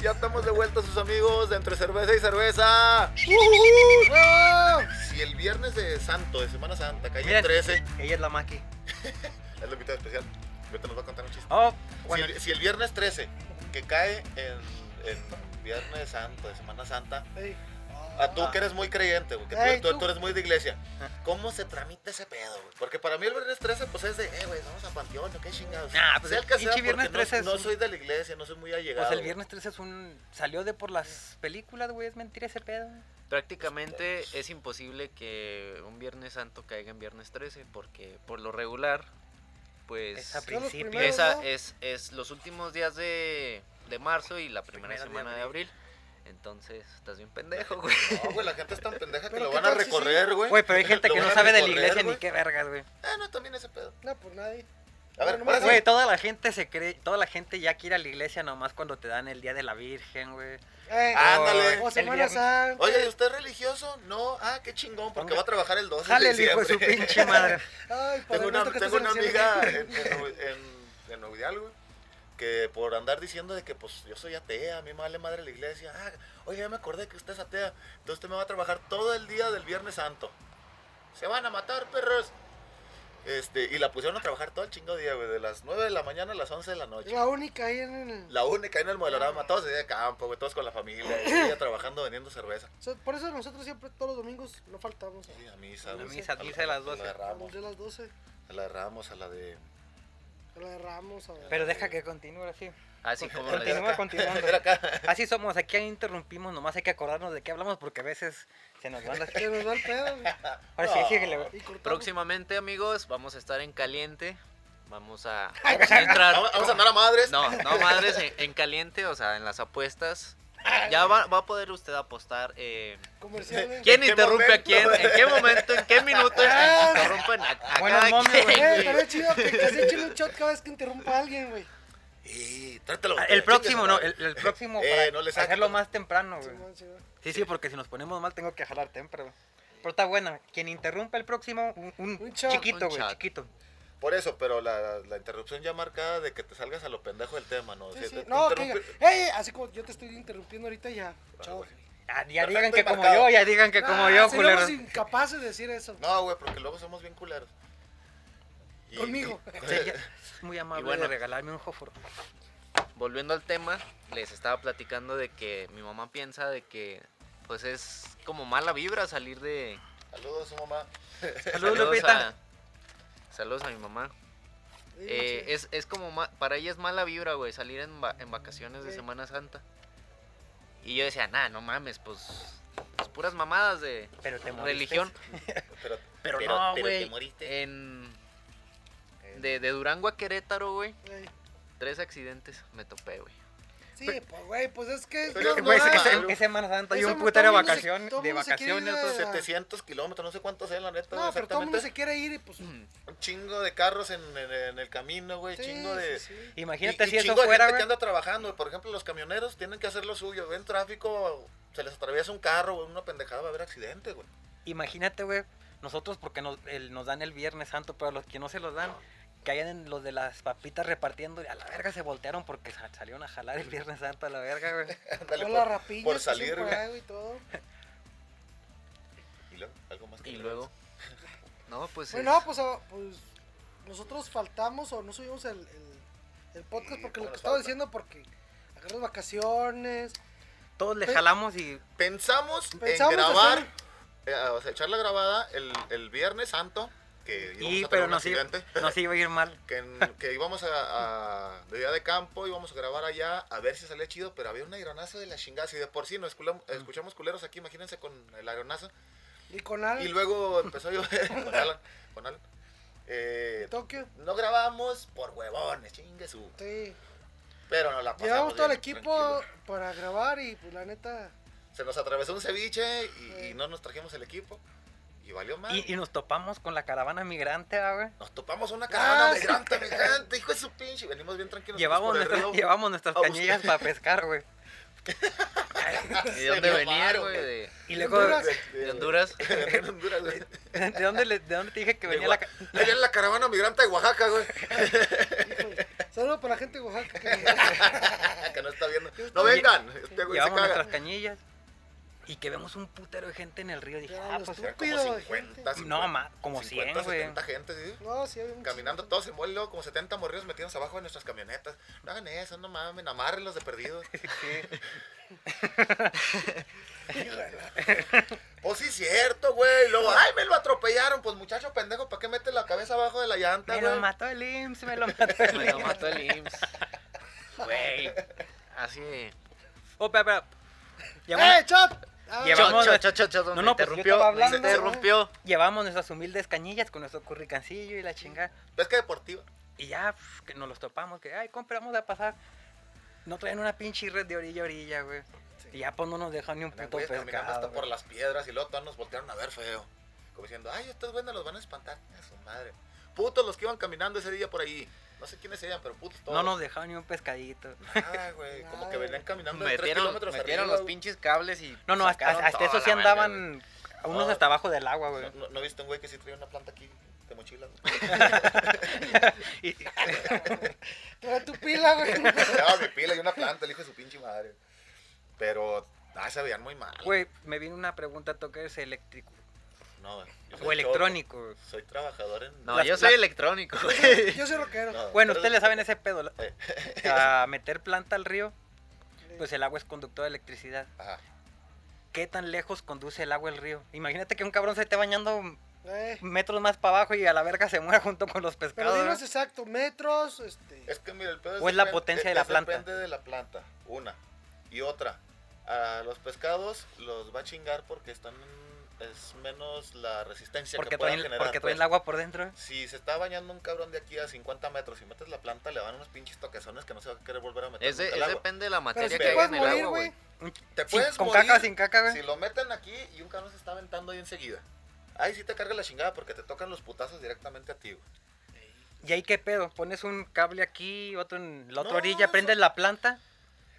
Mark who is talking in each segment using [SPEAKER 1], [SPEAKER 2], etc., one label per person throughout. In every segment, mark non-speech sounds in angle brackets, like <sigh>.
[SPEAKER 1] Ya estamos de vuelta, sus amigos, de entre cerveza y cerveza. Si el viernes de Santo, de Semana Santa, calle
[SPEAKER 2] Mira,
[SPEAKER 1] 13,
[SPEAKER 2] Ella es la maqui.
[SPEAKER 1] es la invitada especial. Ahorita nos va a contar un chiste.
[SPEAKER 2] Oh,
[SPEAKER 1] Si
[SPEAKER 2] bueno.
[SPEAKER 1] el, si el viernes 13, que cae en, en Viernes Santo, de Semana Santa,
[SPEAKER 2] Ey.
[SPEAKER 1] a Ah, tú que eres muy creyente, güey, que tú-
[SPEAKER 2] Ey,
[SPEAKER 1] tú,
[SPEAKER 2] Ah. tú.
[SPEAKER 1] tú eres muy de iglesia,
[SPEAKER 2] Ah.
[SPEAKER 1] ¿cómo se tramita ese pedo, güey? Porque para mí el viernes 13, pues es de, eh, güey, vamos a Panteón, ¿no? qué chingados.
[SPEAKER 2] Nah, pues
[SPEAKER 1] Sea
[SPEAKER 2] el
[SPEAKER 1] que sea,
[SPEAKER 2] pinche viernes
[SPEAKER 1] porque
[SPEAKER 2] 13 es
[SPEAKER 1] no, no
[SPEAKER 2] un-
[SPEAKER 1] soy de la iglesia, no soy muy allegado.
[SPEAKER 2] Pues el
[SPEAKER 1] güey.
[SPEAKER 2] viernes 13 es un. Salió de por las películas, güey. Es mentira ese pedo.
[SPEAKER 3] Prácticamente es imposible que un Viernes Santo caiga en Viernes 13 porque por lo regular, pues
[SPEAKER 2] Es a
[SPEAKER 4] Son los
[SPEAKER 2] principio.
[SPEAKER 4] primeros,
[SPEAKER 3] esa
[SPEAKER 4] ¿no?
[SPEAKER 3] es, es los últimos días de, de marzo y la primera
[SPEAKER 2] Primero de
[SPEAKER 3] semana de
[SPEAKER 2] abril.
[SPEAKER 3] abril. Entonces, estás bien pendejo, güey.
[SPEAKER 1] No, güey, la gente es tan
[SPEAKER 2] <laughs>
[SPEAKER 1] pendeja que
[SPEAKER 4] Pero
[SPEAKER 1] lo
[SPEAKER 4] ¿qué
[SPEAKER 1] van a
[SPEAKER 4] tal si sí?
[SPEAKER 1] recorrer, güey.
[SPEAKER 2] Güey, pero hay gente
[SPEAKER 1] <laughs> Lo
[SPEAKER 2] que
[SPEAKER 1] van
[SPEAKER 2] no
[SPEAKER 1] a
[SPEAKER 2] sabe de la
[SPEAKER 1] recorrer,
[SPEAKER 2] iglesia ni
[SPEAKER 1] güey.
[SPEAKER 2] qué vergas, güey.
[SPEAKER 1] Ah, no, también ese pedo.
[SPEAKER 4] No, pues nadie.
[SPEAKER 1] A ver,
[SPEAKER 4] Bueno,
[SPEAKER 1] ahora Ah, sí.
[SPEAKER 2] Güey, toda la gente se cree, toda la gente ya quiere ir a la iglesia nomás cuando te dan el día de la Virgen, güey.
[SPEAKER 4] Eh,
[SPEAKER 1] Ándale.
[SPEAKER 4] O
[SPEAKER 2] El
[SPEAKER 4] Semana
[SPEAKER 2] viernes.
[SPEAKER 4] Santa.
[SPEAKER 1] Oye, ¿y usted es religioso? No, ah, qué chingón, porque
[SPEAKER 2] Ponga-
[SPEAKER 1] va a trabajar el 12
[SPEAKER 2] Jale
[SPEAKER 1] de
[SPEAKER 2] el hijo de su
[SPEAKER 1] diciembre.
[SPEAKER 2] pinche madre.
[SPEAKER 4] Ay, padre
[SPEAKER 1] <laughs> Tengo una,
[SPEAKER 4] nuestro que
[SPEAKER 1] tengo una
[SPEAKER 4] estás en el
[SPEAKER 1] amiga
[SPEAKER 4] cielo.
[SPEAKER 1] en, en, Nov- en- en Novidial, güey, que por andar diciendo de que pues yo soy atea, a mí me vale madre la iglesia. Ah, oye, ya me acordé que usted es atea, entonces usted me va a trabajar todo el día del Viernes Santo. Se van a matar, perros. Este, y la pusieron a trabajar todo el chingo día, güey, de las 9 de la mañana a las 11 de la noche.
[SPEAKER 4] La única ahí en el.
[SPEAKER 1] La única en el modelorama, todos de campo, güey, todos con la familia, y ella trabajando vendiendo cerveza.
[SPEAKER 4] So- Por eso nosotros siempre todos los domingos no faltamos.
[SPEAKER 1] Sí, a misa,
[SPEAKER 2] A
[SPEAKER 1] güey.
[SPEAKER 2] misa,
[SPEAKER 1] la-
[SPEAKER 2] misa de las 12.
[SPEAKER 1] A la de
[SPEAKER 4] A
[SPEAKER 1] Ramos,
[SPEAKER 4] los de las 12.
[SPEAKER 1] a la de Ramos, a la de...
[SPEAKER 4] A la de Ramos. A
[SPEAKER 2] Pero deja que continúe así.
[SPEAKER 3] Así como
[SPEAKER 1] <laughs>
[SPEAKER 3] les-
[SPEAKER 2] Continúa continuando.
[SPEAKER 1] Era acá.
[SPEAKER 2] Así somos, aquí interrumpimos, nomás hay que acordarnos de qué hablamos porque a veces se
[SPEAKER 1] <laughs>
[SPEAKER 2] nos van las.
[SPEAKER 4] Que nos da el pedo. güey.
[SPEAKER 2] Ahora sí,
[SPEAKER 1] No.
[SPEAKER 2] síguele, güey.
[SPEAKER 4] Y cortamos.
[SPEAKER 3] Próximamente, amigos, vamos a estar en caliente. Vamos a, vamos a
[SPEAKER 2] Ah,
[SPEAKER 3] entrar.
[SPEAKER 1] Vamos, vamos a andar a madres.
[SPEAKER 3] No, no, madres, en, en caliente, o sea, en las apuestas. Ya va, va a poder usted apostar. eh,
[SPEAKER 4] Ah, Comerciales.
[SPEAKER 3] ¿Quién
[SPEAKER 1] ¿En qué
[SPEAKER 3] interrumpe a quién?
[SPEAKER 1] momento?
[SPEAKER 3] ¿En qué momento? ¿En qué minuto?
[SPEAKER 4] Ah.
[SPEAKER 3] Interrumpen a, a
[SPEAKER 2] Buenos
[SPEAKER 3] cada
[SPEAKER 2] momios,
[SPEAKER 3] quien,
[SPEAKER 2] güey.
[SPEAKER 4] Eh,
[SPEAKER 3] güey.
[SPEAKER 4] pero es chido que casi echen un shot cada vez que interrumpa a alguien, güey.
[SPEAKER 1] Y trátalo.
[SPEAKER 2] Ah, El
[SPEAKER 1] usted,
[SPEAKER 2] próximo,
[SPEAKER 1] chingue
[SPEAKER 2] no,
[SPEAKER 1] su
[SPEAKER 2] el,
[SPEAKER 1] madre.
[SPEAKER 2] el próximo
[SPEAKER 1] Eh,
[SPEAKER 2] para
[SPEAKER 1] no le saque
[SPEAKER 2] hacerlo
[SPEAKER 1] tanto.
[SPEAKER 2] más temprano, güey.
[SPEAKER 4] Simón, Simón.
[SPEAKER 2] Sí, sí, porque si nos ponemos mal tengo que jalar temprano. Pero está bueno, quien interrumpa el próximo, un, un
[SPEAKER 4] Un shot.
[SPEAKER 2] chiquito,
[SPEAKER 3] Un
[SPEAKER 2] güey,
[SPEAKER 3] shot.
[SPEAKER 2] chiquito.
[SPEAKER 1] Por eso, pero la, la interrupción ya marcada de que te salgas a lo pendejo del tema, ¿no?
[SPEAKER 4] Sí,
[SPEAKER 1] Si
[SPEAKER 4] sí.
[SPEAKER 1] te- te
[SPEAKER 4] No, que diga,
[SPEAKER 1] interrumpe-
[SPEAKER 4] "Ey", así como yo te estoy interrumpiendo ahorita ya.
[SPEAKER 1] Ah,
[SPEAKER 4] Chao.
[SPEAKER 1] güey.
[SPEAKER 2] Ah, ya
[SPEAKER 1] Perfecto
[SPEAKER 2] digan
[SPEAKER 1] y
[SPEAKER 2] que como
[SPEAKER 1] marcado.
[SPEAKER 2] yo, ya digan que como
[SPEAKER 4] Ah,
[SPEAKER 2] yo,
[SPEAKER 4] sí,
[SPEAKER 2] culero.
[SPEAKER 4] luego es incapaz de decir eso.
[SPEAKER 1] No, güey, porque luego somos bien culeros. Y-
[SPEAKER 4] Conmigo.
[SPEAKER 2] Sí, ya, es muy amable
[SPEAKER 3] bueno.
[SPEAKER 2] de regalarme un jofor.
[SPEAKER 3] Volviendo al tema, les estaba platicando de que mi mamá piensa de que pues es como mala vibra salir de...
[SPEAKER 1] Saludos a su mamá.
[SPEAKER 2] Saludos,
[SPEAKER 3] a,
[SPEAKER 2] Lupita.
[SPEAKER 3] saludos a mi mamá.
[SPEAKER 4] Sí,
[SPEAKER 3] Eh,
[SPEAKER 4] sí.
[SPEAKER 3] es, es como, ma- para ella es mala vibra, güey, salir en, va- en vacaciones de
[SPEAKER 4] Sí.
[SPEAKER 3] Semana Santa. Y yo decía, nah, no mames, pues, pues puras mamadas de
[SPEAKER 2] Pero te moriste.
[SPEAKER 3] religión.
[SPEAKER 1] Pero,
[SPEAKER 3] Pero, no,
[SPEAKER 1] te
[SPEAKER 3] güey,
[SPEAKER 1] moriste.
[SPEAKER 3] en... De, de Durango a Querétaro, güey,
[SPEAKER 4] Ey.
[SPEAKER 3] tres accidentes me topé, güey.
[SPEAKER 4] Sí, pues, güey, pues es que.
[SPEAKER 1] Pero
[SPEAKER 4] no,
[SPEAKER 1] es
[SPEAKER 2] Güey,
[SPEAKER 4] no,
[SPEAKER 2] es,
[SPEAKER 1] que
[SPEAKER 4] no,
[SPEAKER 2] es-
[SPEAKER 1] se-
[SPEAKER 4] no.
[SPEAKER 2] es Semana Santa y
[SPEAKER 4] Ese
[SPEAKER 2] un
[SPEAKER 4] mo-
[SPEAKER 2] putero
[SPEAKER 4] todo el mundo se-
[SPEAKER 2] vacación,
[SPEAKER 4] todo el
[SPEAKER 2] de
[SPEAKER 4] mundo se quiere ir
[SPEAKER 2] vacaciones.
[SPEAKER 4] a-
[SPEAKER 2] o sea,
[SPEAKER 1] 700 kilómetros, no sé cuántos es la neta.
[SPEAKER 4] No, pero todo el mundo se
[SPEAKER 1] exactamente.
[SPEAKER 4] quiere ir y pues. sí,
[SPEAKER 1] Un chingo de carros en, en- en el camino, güey. chingo de.
[SPEAKER 4] sí, sí.
[SPEAKER 2] Imagínate
[SPEAKER 1] Y- y
[SPEAKER 2] si eso
[SPEAKER 1] chingo de
[SPEAKER 2] fuera,
[SPEAKER 1] gente que
[SPEAKER 2] güey.
[SPEAKER 1] anda trabajando, por ejemplo, los camioneros tienen que hacer lo suyo, ven tráfico, se les atraviesa un carro, güey, una pendejada va a haber accidente, güey. <laughs>
[SPEAKER 2] Imagínate, güey, nosotros porque nos, el- nos dan el Viernes Santo, pero los que no se los dan, que hayan los de las papitas repartiendo y a la verga se voltearon porque sa- salieron a jalar el Viernes Santo a la verga, güey.
[SPEAKER 1] Ándale, pues.
[SPEAKER 4] Todas
[SPEAKER 1] por-
[SPEAKER 4] las rapiñas
[SPEAKER 1] por
[SPEAKER 4] que hacen
[SPEAKER 1] salir,
[SPEAKER 4] por
[SPEAKER 1] güey.
[SPEAKER 4] ahí, güey,
[SPEAKER 1] <laughs>
[SPEAKER 4] y todo.
[SPEAKER 1] Y luego, algo más que
[SPEAKER 3] <clears throat> Y
[SPEAKER 1] le-
[SPEAKER 3] luego... No, pues...
[SPEAKER 4] Bueno,
[SPEAKER 3] es-
[SPEAKER 4] pues, ah, pues nosotros faltamos o no subimos el, el- el podcast
[SPEAKER 1] Sí,
[SPEAKER 4] porque
[SPEAKER 1] ¿cómo
[SPEAKER 4] lo que
[SPEAKER 1] nos
[SPEAKER 4] estaba
[SPEAKER 1] falta?
[SPEAKER 4] diciendo, porque agarras vacaciones.
[SPEAKER 1] <laughs>
[SPEAKER 2] Todos le
[SPEAKER 4] Pe-
[SPEAKER 2] jalamos y
[SPEAKER 1] Pensamos,
[SPEAKER 4] Pensamos
[SPEAKER 1] en grabar,
[SPEAKER 4] hacer-
[SPEAKER 1] eh, o sea, echar la grabada el, el Viernes Santo, que íbamos
[SPEAKER 2] Y,
[SPEAKER 1] a tener
[SPEAKER 2] pero
[SPEAKER 1] un
[SPEAKER 2] nos iba,
[SPEAKER 1] accidente,
[SPEAKER 2] nos iba a ir mal.
[SPEAKER 1] que,
[SPEAKER 3] <laughs>
[SPEAKER 1] en- que íbamos a, a- de día de campo, íbamos a grabar allá, a ver si salía chido, pero había un aeronazo de la chingada, si de por sí nos esculam- escuchamos culeros aquí, imagínense con el aeronazo.
[SPEAKER 4] Y con Al,
[SPEAKER 1] Y luego empezó yo <laughs> con Alan. Con Alan. Eh,
[SPEAKER 4] Tokio.
[SPEAKER 1] no grabamos por huevones, chingue su.
[SPEAKER 4] Sí.
[SPEAKER 1] Pero nos la pasamos.
[SPEAKER 4] Llevamos todo el
[SPEAKER 1] bien,
[SPEAKER 4] equipo
[SPEAKER 1] tranquilo.
[SPEAKER 4] para grabar y pues la neta.
[SPEAKER 1] Se nos atravesó un ceviche y,
[SPEAKER 4] Sí.
[SPEAKER 1] y no nos trajimos el equipo. Y valió mal.
[SPEAKER 2] Y, y nos topamos con la caravana migrante, ah, güey.
[SPEAKER 1] Nos topamos una caravana
[SPEAKER 4] Ah, sí.
[SPEAKER 1] migrante, migrante, hijo de su pinche. Venimos bien tranquilos. pues,
[SPEAKER 2] Llevamos,
[SPEAKER 1] por el río.
[SPEAKER 2] nuestras- llevamos nuestras
[SPEAKER 1] a buscar.
[SPEAKER 2] cañillas para pescar,
[SPEAKER 1] <laughs>
[SPEAKER 2] güey.
[SPEAKER 4] pues,
[SPEAKER 3] ¿Y de dónde
[SPEAKER 1] Se
[SPEAKER 3] venía,
[SPEAKER 1] mamaron,
[SPEAKER 3] güey?
[SPEAKER 1] güey.
[SPEAKER 3] De,
[SPEAKER 2] Y
[SPEAKER 4] ¿De
[SPEAKER 2] luego,
[SPEAKER 4] Honduras?
[SPEAKER 3] de
[SPEAKER 1] <laughs>
[SPEAKER 3] Honduras.
[SPEAKER 1] De Honduras, güey.
[SPEAKER 2] <laughs> ¿de dónde, le- de dónde te dije que
[SPEAKER 1] De
[SPEAKER 2] venía la
[SPEAKER 1] Oaxaca.
[SPEAKER 2] ca-
[SPEAKER 1] Allá en la caravana migrante de Oaxaca, güey. <laughs>
[SPEAKER 4] Saludos para la gente de Oaxaca. que-
[SPEAKER 1] Ah, que no está viendo. No vengan. Este
[SPEAKER 2] llevábamos
[SPEAKER 1] caga.
[SPEAKER 2] nuestras cañillas y que vemos un putero de gente en el río. Dije,
[SPEAKER 4] Era
[SPEAKER 2] ah,
[SPEAKER 4] lo
[SPEAKER 2] pues.
[SPEAKER 1] Eran
[SPEAKER 4] Estúpido,
[SPEAKER 1] como 50,
[SPEAKER 4] gente.
[SPEAKER 2] No, ma, como 100,
[SPEAKER 1] 50,
[SPEAKER 2] güey.
[SPEAKER 1] 70 gente, sí.
[SPEAKER 4] No, sí, había un
[SPEAKER 1] Caminando
[SPEAKER 4] chingo.
[SPEAKER 1] todos en vuelo, luego como 70 morridos metidos abajo de nuestras camionetas. No hagan eso, no mamen, amárrenlos de perdidos. <laughs> Pues sí, cierto, güey. Luego, ay, me lo atropellaron. Pues muchacho pendejo, ¿para qué metes la cabeza abajo de la llanta,
[SPEAKER 2] Me
[SPEAKER 1] güey?
[SPEAKER 2] lo mató el IMSS, me lo mató
[SPEAKER 3] <laughs>
[SPEAKER 2] el
[SPEAKER 3] Me lo
[SPEAKER 2] IMSS.
[SPEAKER 3] mató el IMSS. Güey. Así de.
[SPEAKER 2] Oh, espera, espera. Llevamos-
[SPEAKER 4] ¡Eh, chat! Ah,
[SPEAKER 2] Llevamos-
[SPEAKER 3] Cho, cho, cho, cho, cho,
[SPEAKER 2] No,
[SPEAKER 3] me
[SPEAKER 2] no, pues yo
[SPEAKER 3] interrumpió.
[SPEAKER 2] estaba
[SPEAKER 3] me
[SPEAKER 2] hablando.
[SPEAKER 3] interrumpió.
[SPEAKER 2] Llevamos nuestras humildes cañillas con nuestro curricancillo y la chingada.
[SPEAKER 1] Pesca deportiva.
[SPEAKER 2] Y ya pf, que nos los topamos, que, ay, compa, vamos a pasar. No traen una pinche red de orilla a orilla, güey.
[SPEAKER 4] Sí.
[SPEAKER 2] Y ya pues no nos dejan ni un
[SPEAKER 1] Andan,
[SPEAKER 2] puto
[SPEAKER 1] güeyes caminando hasta
[SPEAKER 2] pescado.
[SPEAKER 1] por
[SPEAKER 2] güey.
[SPEAKER 1] las piedras y luego todos nos voltearon a ver feo. Como diciendo, ay, estos güeyes los van a espantar. A su madre. Putos los que iban caminando ese día por ahí. No sé quiénes eran, pero putos todos.
[SPEAKER 2] No nos dejaban ni un pescadito.
[SPEAKER 1] Nada, Ah,
[SPEAKER 2] <laughs>
[SPEAKER 1] güey. Como que
[SPEAKER 4] Nada.
[SPEAKER 1] venían caminando de tres
[SPEAKER 3] Metieron,
[SPEAKER 1] kilómetros
[SPEAKER 3] metieron
[SPEAKER 1] arriba,
[SPEAKER 3] los
[SPEAKER 1] güey.
[SPEAKER 3] pinches cables y.
[SPEAKER 2] No, no, hasta,
[SPEAKER 3] sacaron
[SPEAKER 2] hasta
[SPEAKER 3] toda
[SPEAKER 2] eso sí
[SPEAKER 3] la verga, güey.
[SPEAKER 2] andaban a unos
[SPEAKER 1] No.
[SPEAKER 2] hasta abajo del agua, güey.
[SPEAKER 1] ¿No, no, no viste un güey que sí traía una planta aquí de mochila? güey?
[SPEAKER 3] <laughs>
[SPEAKER 2] Y-
[SPEAKER 4] Trae tu pila, güey.
[SPEAKER 3] <laughs>
[SPEAKER 1] Llevaba mi pila y una planta, el hijo de su pinche madre. Pero, ah, se veían muy mal.
[SPEAKER 2] Güey, me viene una pregunta, ¿tú que eres eléctrico
[SPEAKER 1] No, güey. Yo soy
[SPEAKER 2] o electrónico? güey.
[SPEAKER 1] choco. Soy trabajador en...
[SPEAKER 3] No,
[SPEAKER 2] Las-
[SPEAKER 3] yo soy
[SPEAKER 2] las-
[SPEAKER 3] electrónico, güey.
[SPEAKER 4] Yo soy rockero.
[SPEAKER 1] No,
[SPEAKER 2] Bueno,
[SPEAKER 1] pero-
[SPEAKER 2] ustedes le saben ese pedo. la-
[SPEAKER 1] Eh.
[SPEAKER 2] <laughs> A meter planta al río, pues el agua es conductor de electricidad.
[SPEAKER 1] Ajá.
[SPEAKER 2] ¿Qué tan lejos conduce el agua al río? Imagínate que un cabrón se esté bañando
[SPEAKER 4] Eh,
[SPEAKER 2] metros más para abajo y a la verga se muera <laughs> junto con los
[SPEAKER 4] pero
[SPEAKER 2] pescados.
[SPEAKER 4] dinos
[SPEAKER 2] ¿no?
[SPEAKER 4] exacto, metros, este...
[SPEAKER 1] Es que mira, el pedo
[SPEAKER 2] ¿O es la
[SPEAKER 1] depen-
[SPEAKER 2] potencia de la planta?
[SPEAKER 1] Depende de la planta, una. Y otra, a los pescados los va a chingar porque están es menos la resistencia
[SPEAKER 2] Porque
[SPEAKER 1] que pueden
[SPEAKER 2] traen,
[SPEAKER 1] generar.
[SPEAKER 2] porque
[SPEAKER 1] pues.
[SPEAKER 2] traen el agua por dentro. ¿eh?
[SPEAKER 1] Si se está bañando un cabrón de aquí a 50 metros y metes la planta, le van unos pinches toquezones que no se va a querer volver a meter.
[SPEAKER 3] Es, de-
[SPEAKER 1] nunca
[SPEAKER 3] es
[SPEAKER 1] el agua.
[SPEAKER 3] depende de la
[SPEAKER 4] Pero
[SPEAKER 3] materia
[SPEAKER 4] si
[SPEAKER 3] que
[SPEAKER 4] te
[SPEAKER 3] hay
[SPEAKER 4] puedes
[SPEAKER 3] en el
[SPEAKER 4] morir,
[SPEAKER 3] agua,
[SPEAKER 4] güey.
[SPEAKER 3] güey.
[SPEAKER 1] Te
[SPEAKER 2] Sin-
[SPEAKER 1] puedes
[SPEAKER 2] con
[SPEAKER 1] Pues morir
[SPEAKER 2] caca, sin caca, ¿eh? güey.
[SPEAKER 1] Si lo meten aquí y un cabrón se está aventando ahí enseguida. Ahí sí te carga la chingada porque te tocan los putazos directamente a ti, güey.
[SPEAKER 2] ¿Y ahí qué pedo? Pones un cable aquí, otro en la otra
[SPEAKER 1] No,
[SPEAKER 2] orilla,
[SPEAKER 1] eso-
[SPEAKER 2] prendes la planta,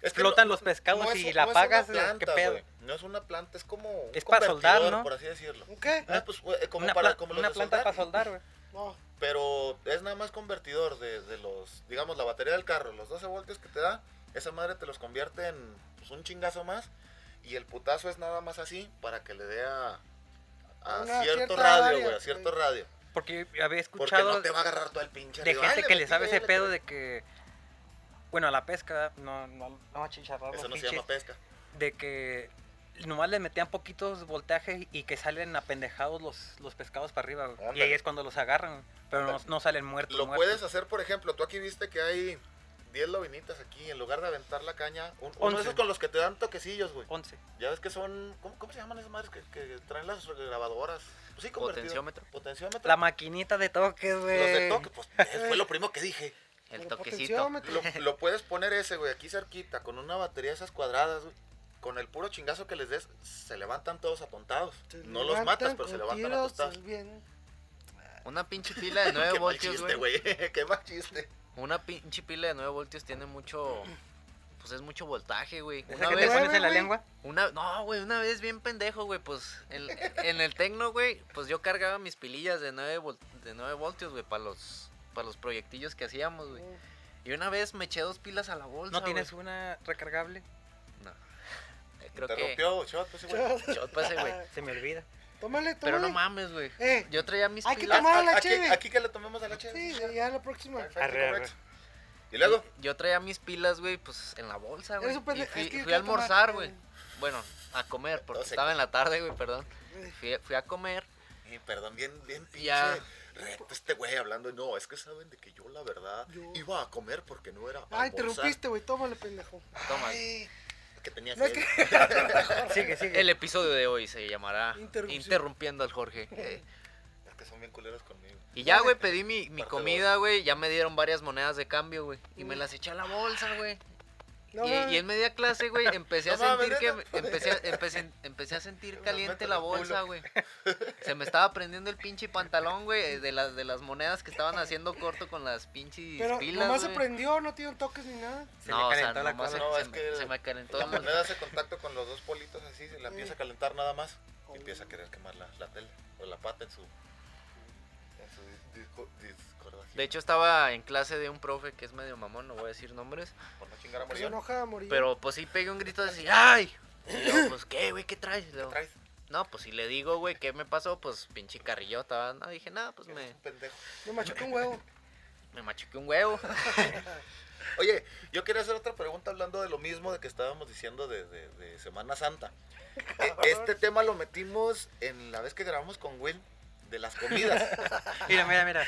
[SPEAKER 1] Es que
[SPEAKER 2] explotan
[SPEAKER 1] no-
[SPEAKER 2] los pescados
[SPEAKER 1] no es
[SPEAKER 2] y
[SPEAKER 1] un-
[SPEAKER 2] la
[SPEAKER 1] no es una
[SPEAKER 2] apagas.
[SPEAKER 1] planta,
[SPEAKER 2] ¿Qué pedo?
[SPEAKER 1] güey. No es una planta, es como un
[SPEAKER 2] Es para soldar,
[SPEAKER 1] convertidor,
[SPEAKER 2] ¿no?
[SPEAKER 1] Por así decirlo.
[SPEAKER 4] ¿Un qué?
[SPEAKER 1] Ah, pues, güey, como
[SPEAKER 2] una
[SPEAKER 1] para,
[SPEAKER 2] pla-
[SPEAKER 1] como los
[SPEAKER 2] una
[SPEAKER 1] de
[SPEAKER 2] planta
[SPEAKER 1] soldar,
[SPEAKER 2] para soldar, güey.
[SPEAKER 4] No.
[SPEAKER 1] Pero es nada más convertidor de, de los, digamos, la batería del carro, los 12 voltios que te da, esa madre te los convierte en pues, un chingazo más. Y el putazo es nada más así para que le dé a, a
[SPEAKER 4] Una
[SPEAKER 1] cierto
[SPEAKER 4] cierta
[SPEAKER 1] radio,
[SPEAKER 4] área,
[SPEAKER 1] güey, a cierto
[SPEAKER 4] güey.
[SPEAKER 1] radio.
[SPEAKER 2] Porque yo había
[SPEAKER 1] Porque
[SPEAKER 2] escuchado
[SPEAKER 1] no te va a agarrar todo el pinche
[SPEAKER 2] de
[SPEAKER 1] río. Ay,
[SPEAKER 2] gente que le
[SPEAKER 1] metí pues.
[SPEAKER 2] sabe ese
[SPEAKER 1] el-
[SPEAKER 2] pedo de que. Bueno, a la pesca, no, no, no a chicharrar
[SPEAKER 1] Eso
[SPEAKER 2] los
[SPEAKER 1] no se
[SPEAKER 2] pinches,
[SPEAKER 1] llama pesca.
[SPEAKER 2] de que nomás le metían poquitos voltajes y que salen apendejados los, los pescados para arriba, güey. Y
[SPEAKER 1] Ándale.
[SPEAKER 2] ahí es cuando los agarran, pero no, no salen muertos.
[SPEAKER 1] Lo
[SPEAKER 2] muertos.
[SPEAKER 1] puedes hacer, por ejemplo, tú aquí viste que hay 10 lobinitas aquí, en lugar de aventar la caña, un, uno
[SPEAKER 2] Once.
[SPEAKER 1] de esos con los que te dan toquecillos, güey.
[SPEAKER 2] 11.
[SPEAKER 1] Ya ves que son, ¿cómo, cómo se llaman esas madres que, que traen las grabadoras? Pues sí, convertido.
[SPEAKER 3] Potenciómetro.
[SPEAKER 1] Potenciómetro.
[SPEAKER 2] La maquinita de toques, güey.
[SPEAKER 1] Los de toque, pues eh, fue lo primero que dije.
[SPEAKER 3] El
[SPEAKER 4] Pero
[SPEAKER 3] toquecito.
[SPEAKER 4] potenciómetro.
[SPEAKER 1] Lo, lo puedes poner ese, güey, aquí cerquita, con una batería de esas cuadradas, güey. Con el puro chingazo que les des, se levantan todos atontados.
[SPEAKER 4] Se
[SPEAKER 1] no los
[SPEAKER 4] levantan
[SPEAKER 1] matas, pero se
[SPEAKER 4] con
[SPEAKER 1] levantan
[SPEAKER 4] tiros,
[SPEAKER 1] atontados.
[SPEAKER 4] es bien.
[SPEAKER 3] Una pinche pila de 9
[SPEAKER 1] Qué mal
[SPEAKER 3] voltios,
[SPEAKER 1] chiste,
[SPEAKER 3] güey.
[SPEAKER 1] güey. <laughs> Qué mal chiste.
[SPEAKER 3] Una pinche pila de 9 voltios tiene mucho. Pues es mucho voltaje, güey.
[SPEAKER 2] ¿Esa
[SPEAKER 3] Una
[SPEAKER 2] que
[SPEAKER 3] vez.
[SPEAKER 2] te pones en la
[SPEAKER 4] Mueve, güey.
[SPEAKER 2] lengua?
[SPEAKER 3] Una, no, güey, una vez bien pendejo, güey. Pues en, en el tecno, güey, pues yo cargaba mis pilillas de 9, vol- de 9 voltios, güey, para los, para los proyectillos que hacíamos, güey. Y una vez me eché dos pilas a la bolsa.
[SPEAKER 2] ¿No tienes
[SPEAKER 3] güey.
[SPEAKER 2] una recargable?
[SPEAKER 3] No. Eh, Creo
[SPEAKER 1] Te
[SPEAKER 3] que.
[SPEAKER 1] rompió, shot, ese güey.
[SPEAKER 3] Shot pa' ese, güey.
[SPEAKER 2] Se me olvida.
[SPEAKER 4] Tómale, tómale.
[SPEAKER 3] Pero no mames, güey.
[SPEAKER 4] Eh,
[SPEAKER 3] Yo traía mis
[SPEAKER 4] Hay que
[SPEAKER 3] pilas.
[SPEAKER 4] tomar- Ah, la
[SPEAKER 1] Aquí,
[SPEAKER 4] cheve.
[SPEAKER 1] aquí que le tomemos a la cheve.
[SPEAKER 4] sí, ya la próxima.
[SPEAKER 1] Perfecto,
[SPEAKER 2] Arre,
[SPEAKER 1] correcto.
[SPEAKER 2] arre.
[SPEAKER 1] Y luego,
[SPEAKER 3] Yo traía mis pilas, güey, pues en la bolsa, güey.
[SPEAKER 4] Eres un pende-
[SPEAKER 3] Y fui,
[SPEAKER 4] es que
[SPEAKER 3] fui a
[SPEAKER 4] quiero tomar,
[SPEAKER 3] almorzar, güey.
[SPEAKER 4] eh.
[SPEAKER 3] Bueno, a comer, porque
[SPEAKER 1] Todo seco.
[SPEAKER 3] estaba en la tarde, güey, perdón.
[SPEAKER 4] Eh,
[SPEAKER 3] Fui, fui a comer.
[SPEAKER 1] eh, perdón, bien, bien pinche.
[SPEAKER 3] Ya.
[SPEAKER 1] Recto este güey hablando. No, es que saben de que yo, la verdad,
[SPEAKER 4] Yo-
[SPEAKER 1] iba a comer porque no era.
[SPEAKER 4] Ah,
[SPEAKER 1] almorzar,
[SPEAKER 4] interrumpiste, güey. Tómale, pendejo.
[SPEAKER 3] Toma.
[SPEAKER 4] Ay,
[SPEAKER 1] Que tenía
[SPEAKER 4] No, es
[SPEAKER 1] sed. <laughs>
[SPEAKER 2] Sigue, sigue.
[SPEAKER 3] El episodio de hoy se llamará
[SPEAKER 4] Interrupción.
[SPEAKER 3] Interrumpiendo
[SPEAKER 1] <laughs>
[SPEAKER 3] al Jorge. Eh,
[SPEAKER 1] Es que son bien culeros conmigo.
[SPEAKER 3] Y ya, güey, pedí mi, mi
[SPEAKER 1] Parte Mm.
[SPEAKER 3] comida, güey. Ya me dieron varias monedas de cambio, güey. Y me las eché a la bolsa, güey.
[SPEAKER 4] no,
[SPEAKER 3] y, y en media
[SPEAKER 1] <laughs>
[SPEAKER 3] clase, güey, empecé a
[SPEAKER 1] No mames,
[SPEAKER 3] sentir que
[SPEAKER 1] ¿neta?
[SPEAKER 3] empecé a, empecé, empecé a sentir
[SPEAKER 1] Me
[SPEAKER 3] caliente
[SPEAKER 1] meto
[SPEAKER 3] la
[SPEAKER 1] en el
[SPEAKER 3] bolsa,
[SPEAKER 1] culo. <laughs>
[SPEAKER 3] güey. Se me estaba prendiendo el pinche pantalón, güey, eh, de las de las monedas que estaban haciendo corto con las pinches
[SPEAKER 4] pero
[SPEAKER 3] pilas.
[SPEAKER 4] nomás se
[SPEAKER 3] güey.
[SPEAKER 4] prendió, no tiene toques ni nada.
[SPEAKER 2] Se
[SPEAKER 3] No, o
[SPEAKER 2] le
[SPEAKER 3] sea,
[SPEAKER 2] calentó la
[SPEAKER 3] nomás se,
[SPEAKER 2] cosa.
[SPEAKER 1] No,
[SPEAKER 3] se
[SPEAKER 1] es
[SPEAKER 3] me,
[SPEAKER 1] que
[SPEAKER 3] se me calentó
[SPEAKER 1] La
[SPEAKER 3] el- Eh.
[SPEAKER 1] moneda hace contacto con los dos politos así, se la empieza a calentar nada más.
[SPEAKER 3] Oh.
[SPEAKER 1] Y empieza a querer quemar la, la tela o la pata en su. En su dis- disco- discordaje.
[SPEAKER 3] De hecho, estaba en clase de un profe que es medio mamón, no voy a decir nombres.
[SPEAKER 1] Por no chingar. chingar a
[SPEAKER 4] Se
[SPEAKER 1] Morión.
[SPEAKER 4] enoja a morir.
[SPEAKER 3] Pero pues sí pegué un grito así, ¡ay! Y luego, pues, ¿qué, güey? ¿Qué traes? Y luego,
[SPEAKER 1] Traes,
[SPEAKER 3] no, pues si le digo, güey, ¿qué me pasó? Pues pinche carrillota, ¿va? No, dije, nada, pues
[SPEAKER 1] eres
[SPEAKER 3] me,
[SPEAKER 1] un pendejo.
[SPEAKER 4] Me machuqué un huevo.
[SPEAKER 3] me machuqué un huevo. <laughs>
[SPEAKER 1] Oye, yo quería hacer otra pregunta hablando de lo mismo de que estábamos diciendo de, de- de Semana Santa. E-
[SPEAKER 4] <laughs>
[SPEAKER 1] Este tema lo metimos en la vez que grabamos con Will de las
[SPEAKER 4] <laughs>
[SPEAKER 1] comidas.
[SPEAKER 2] Mira, mira, mira.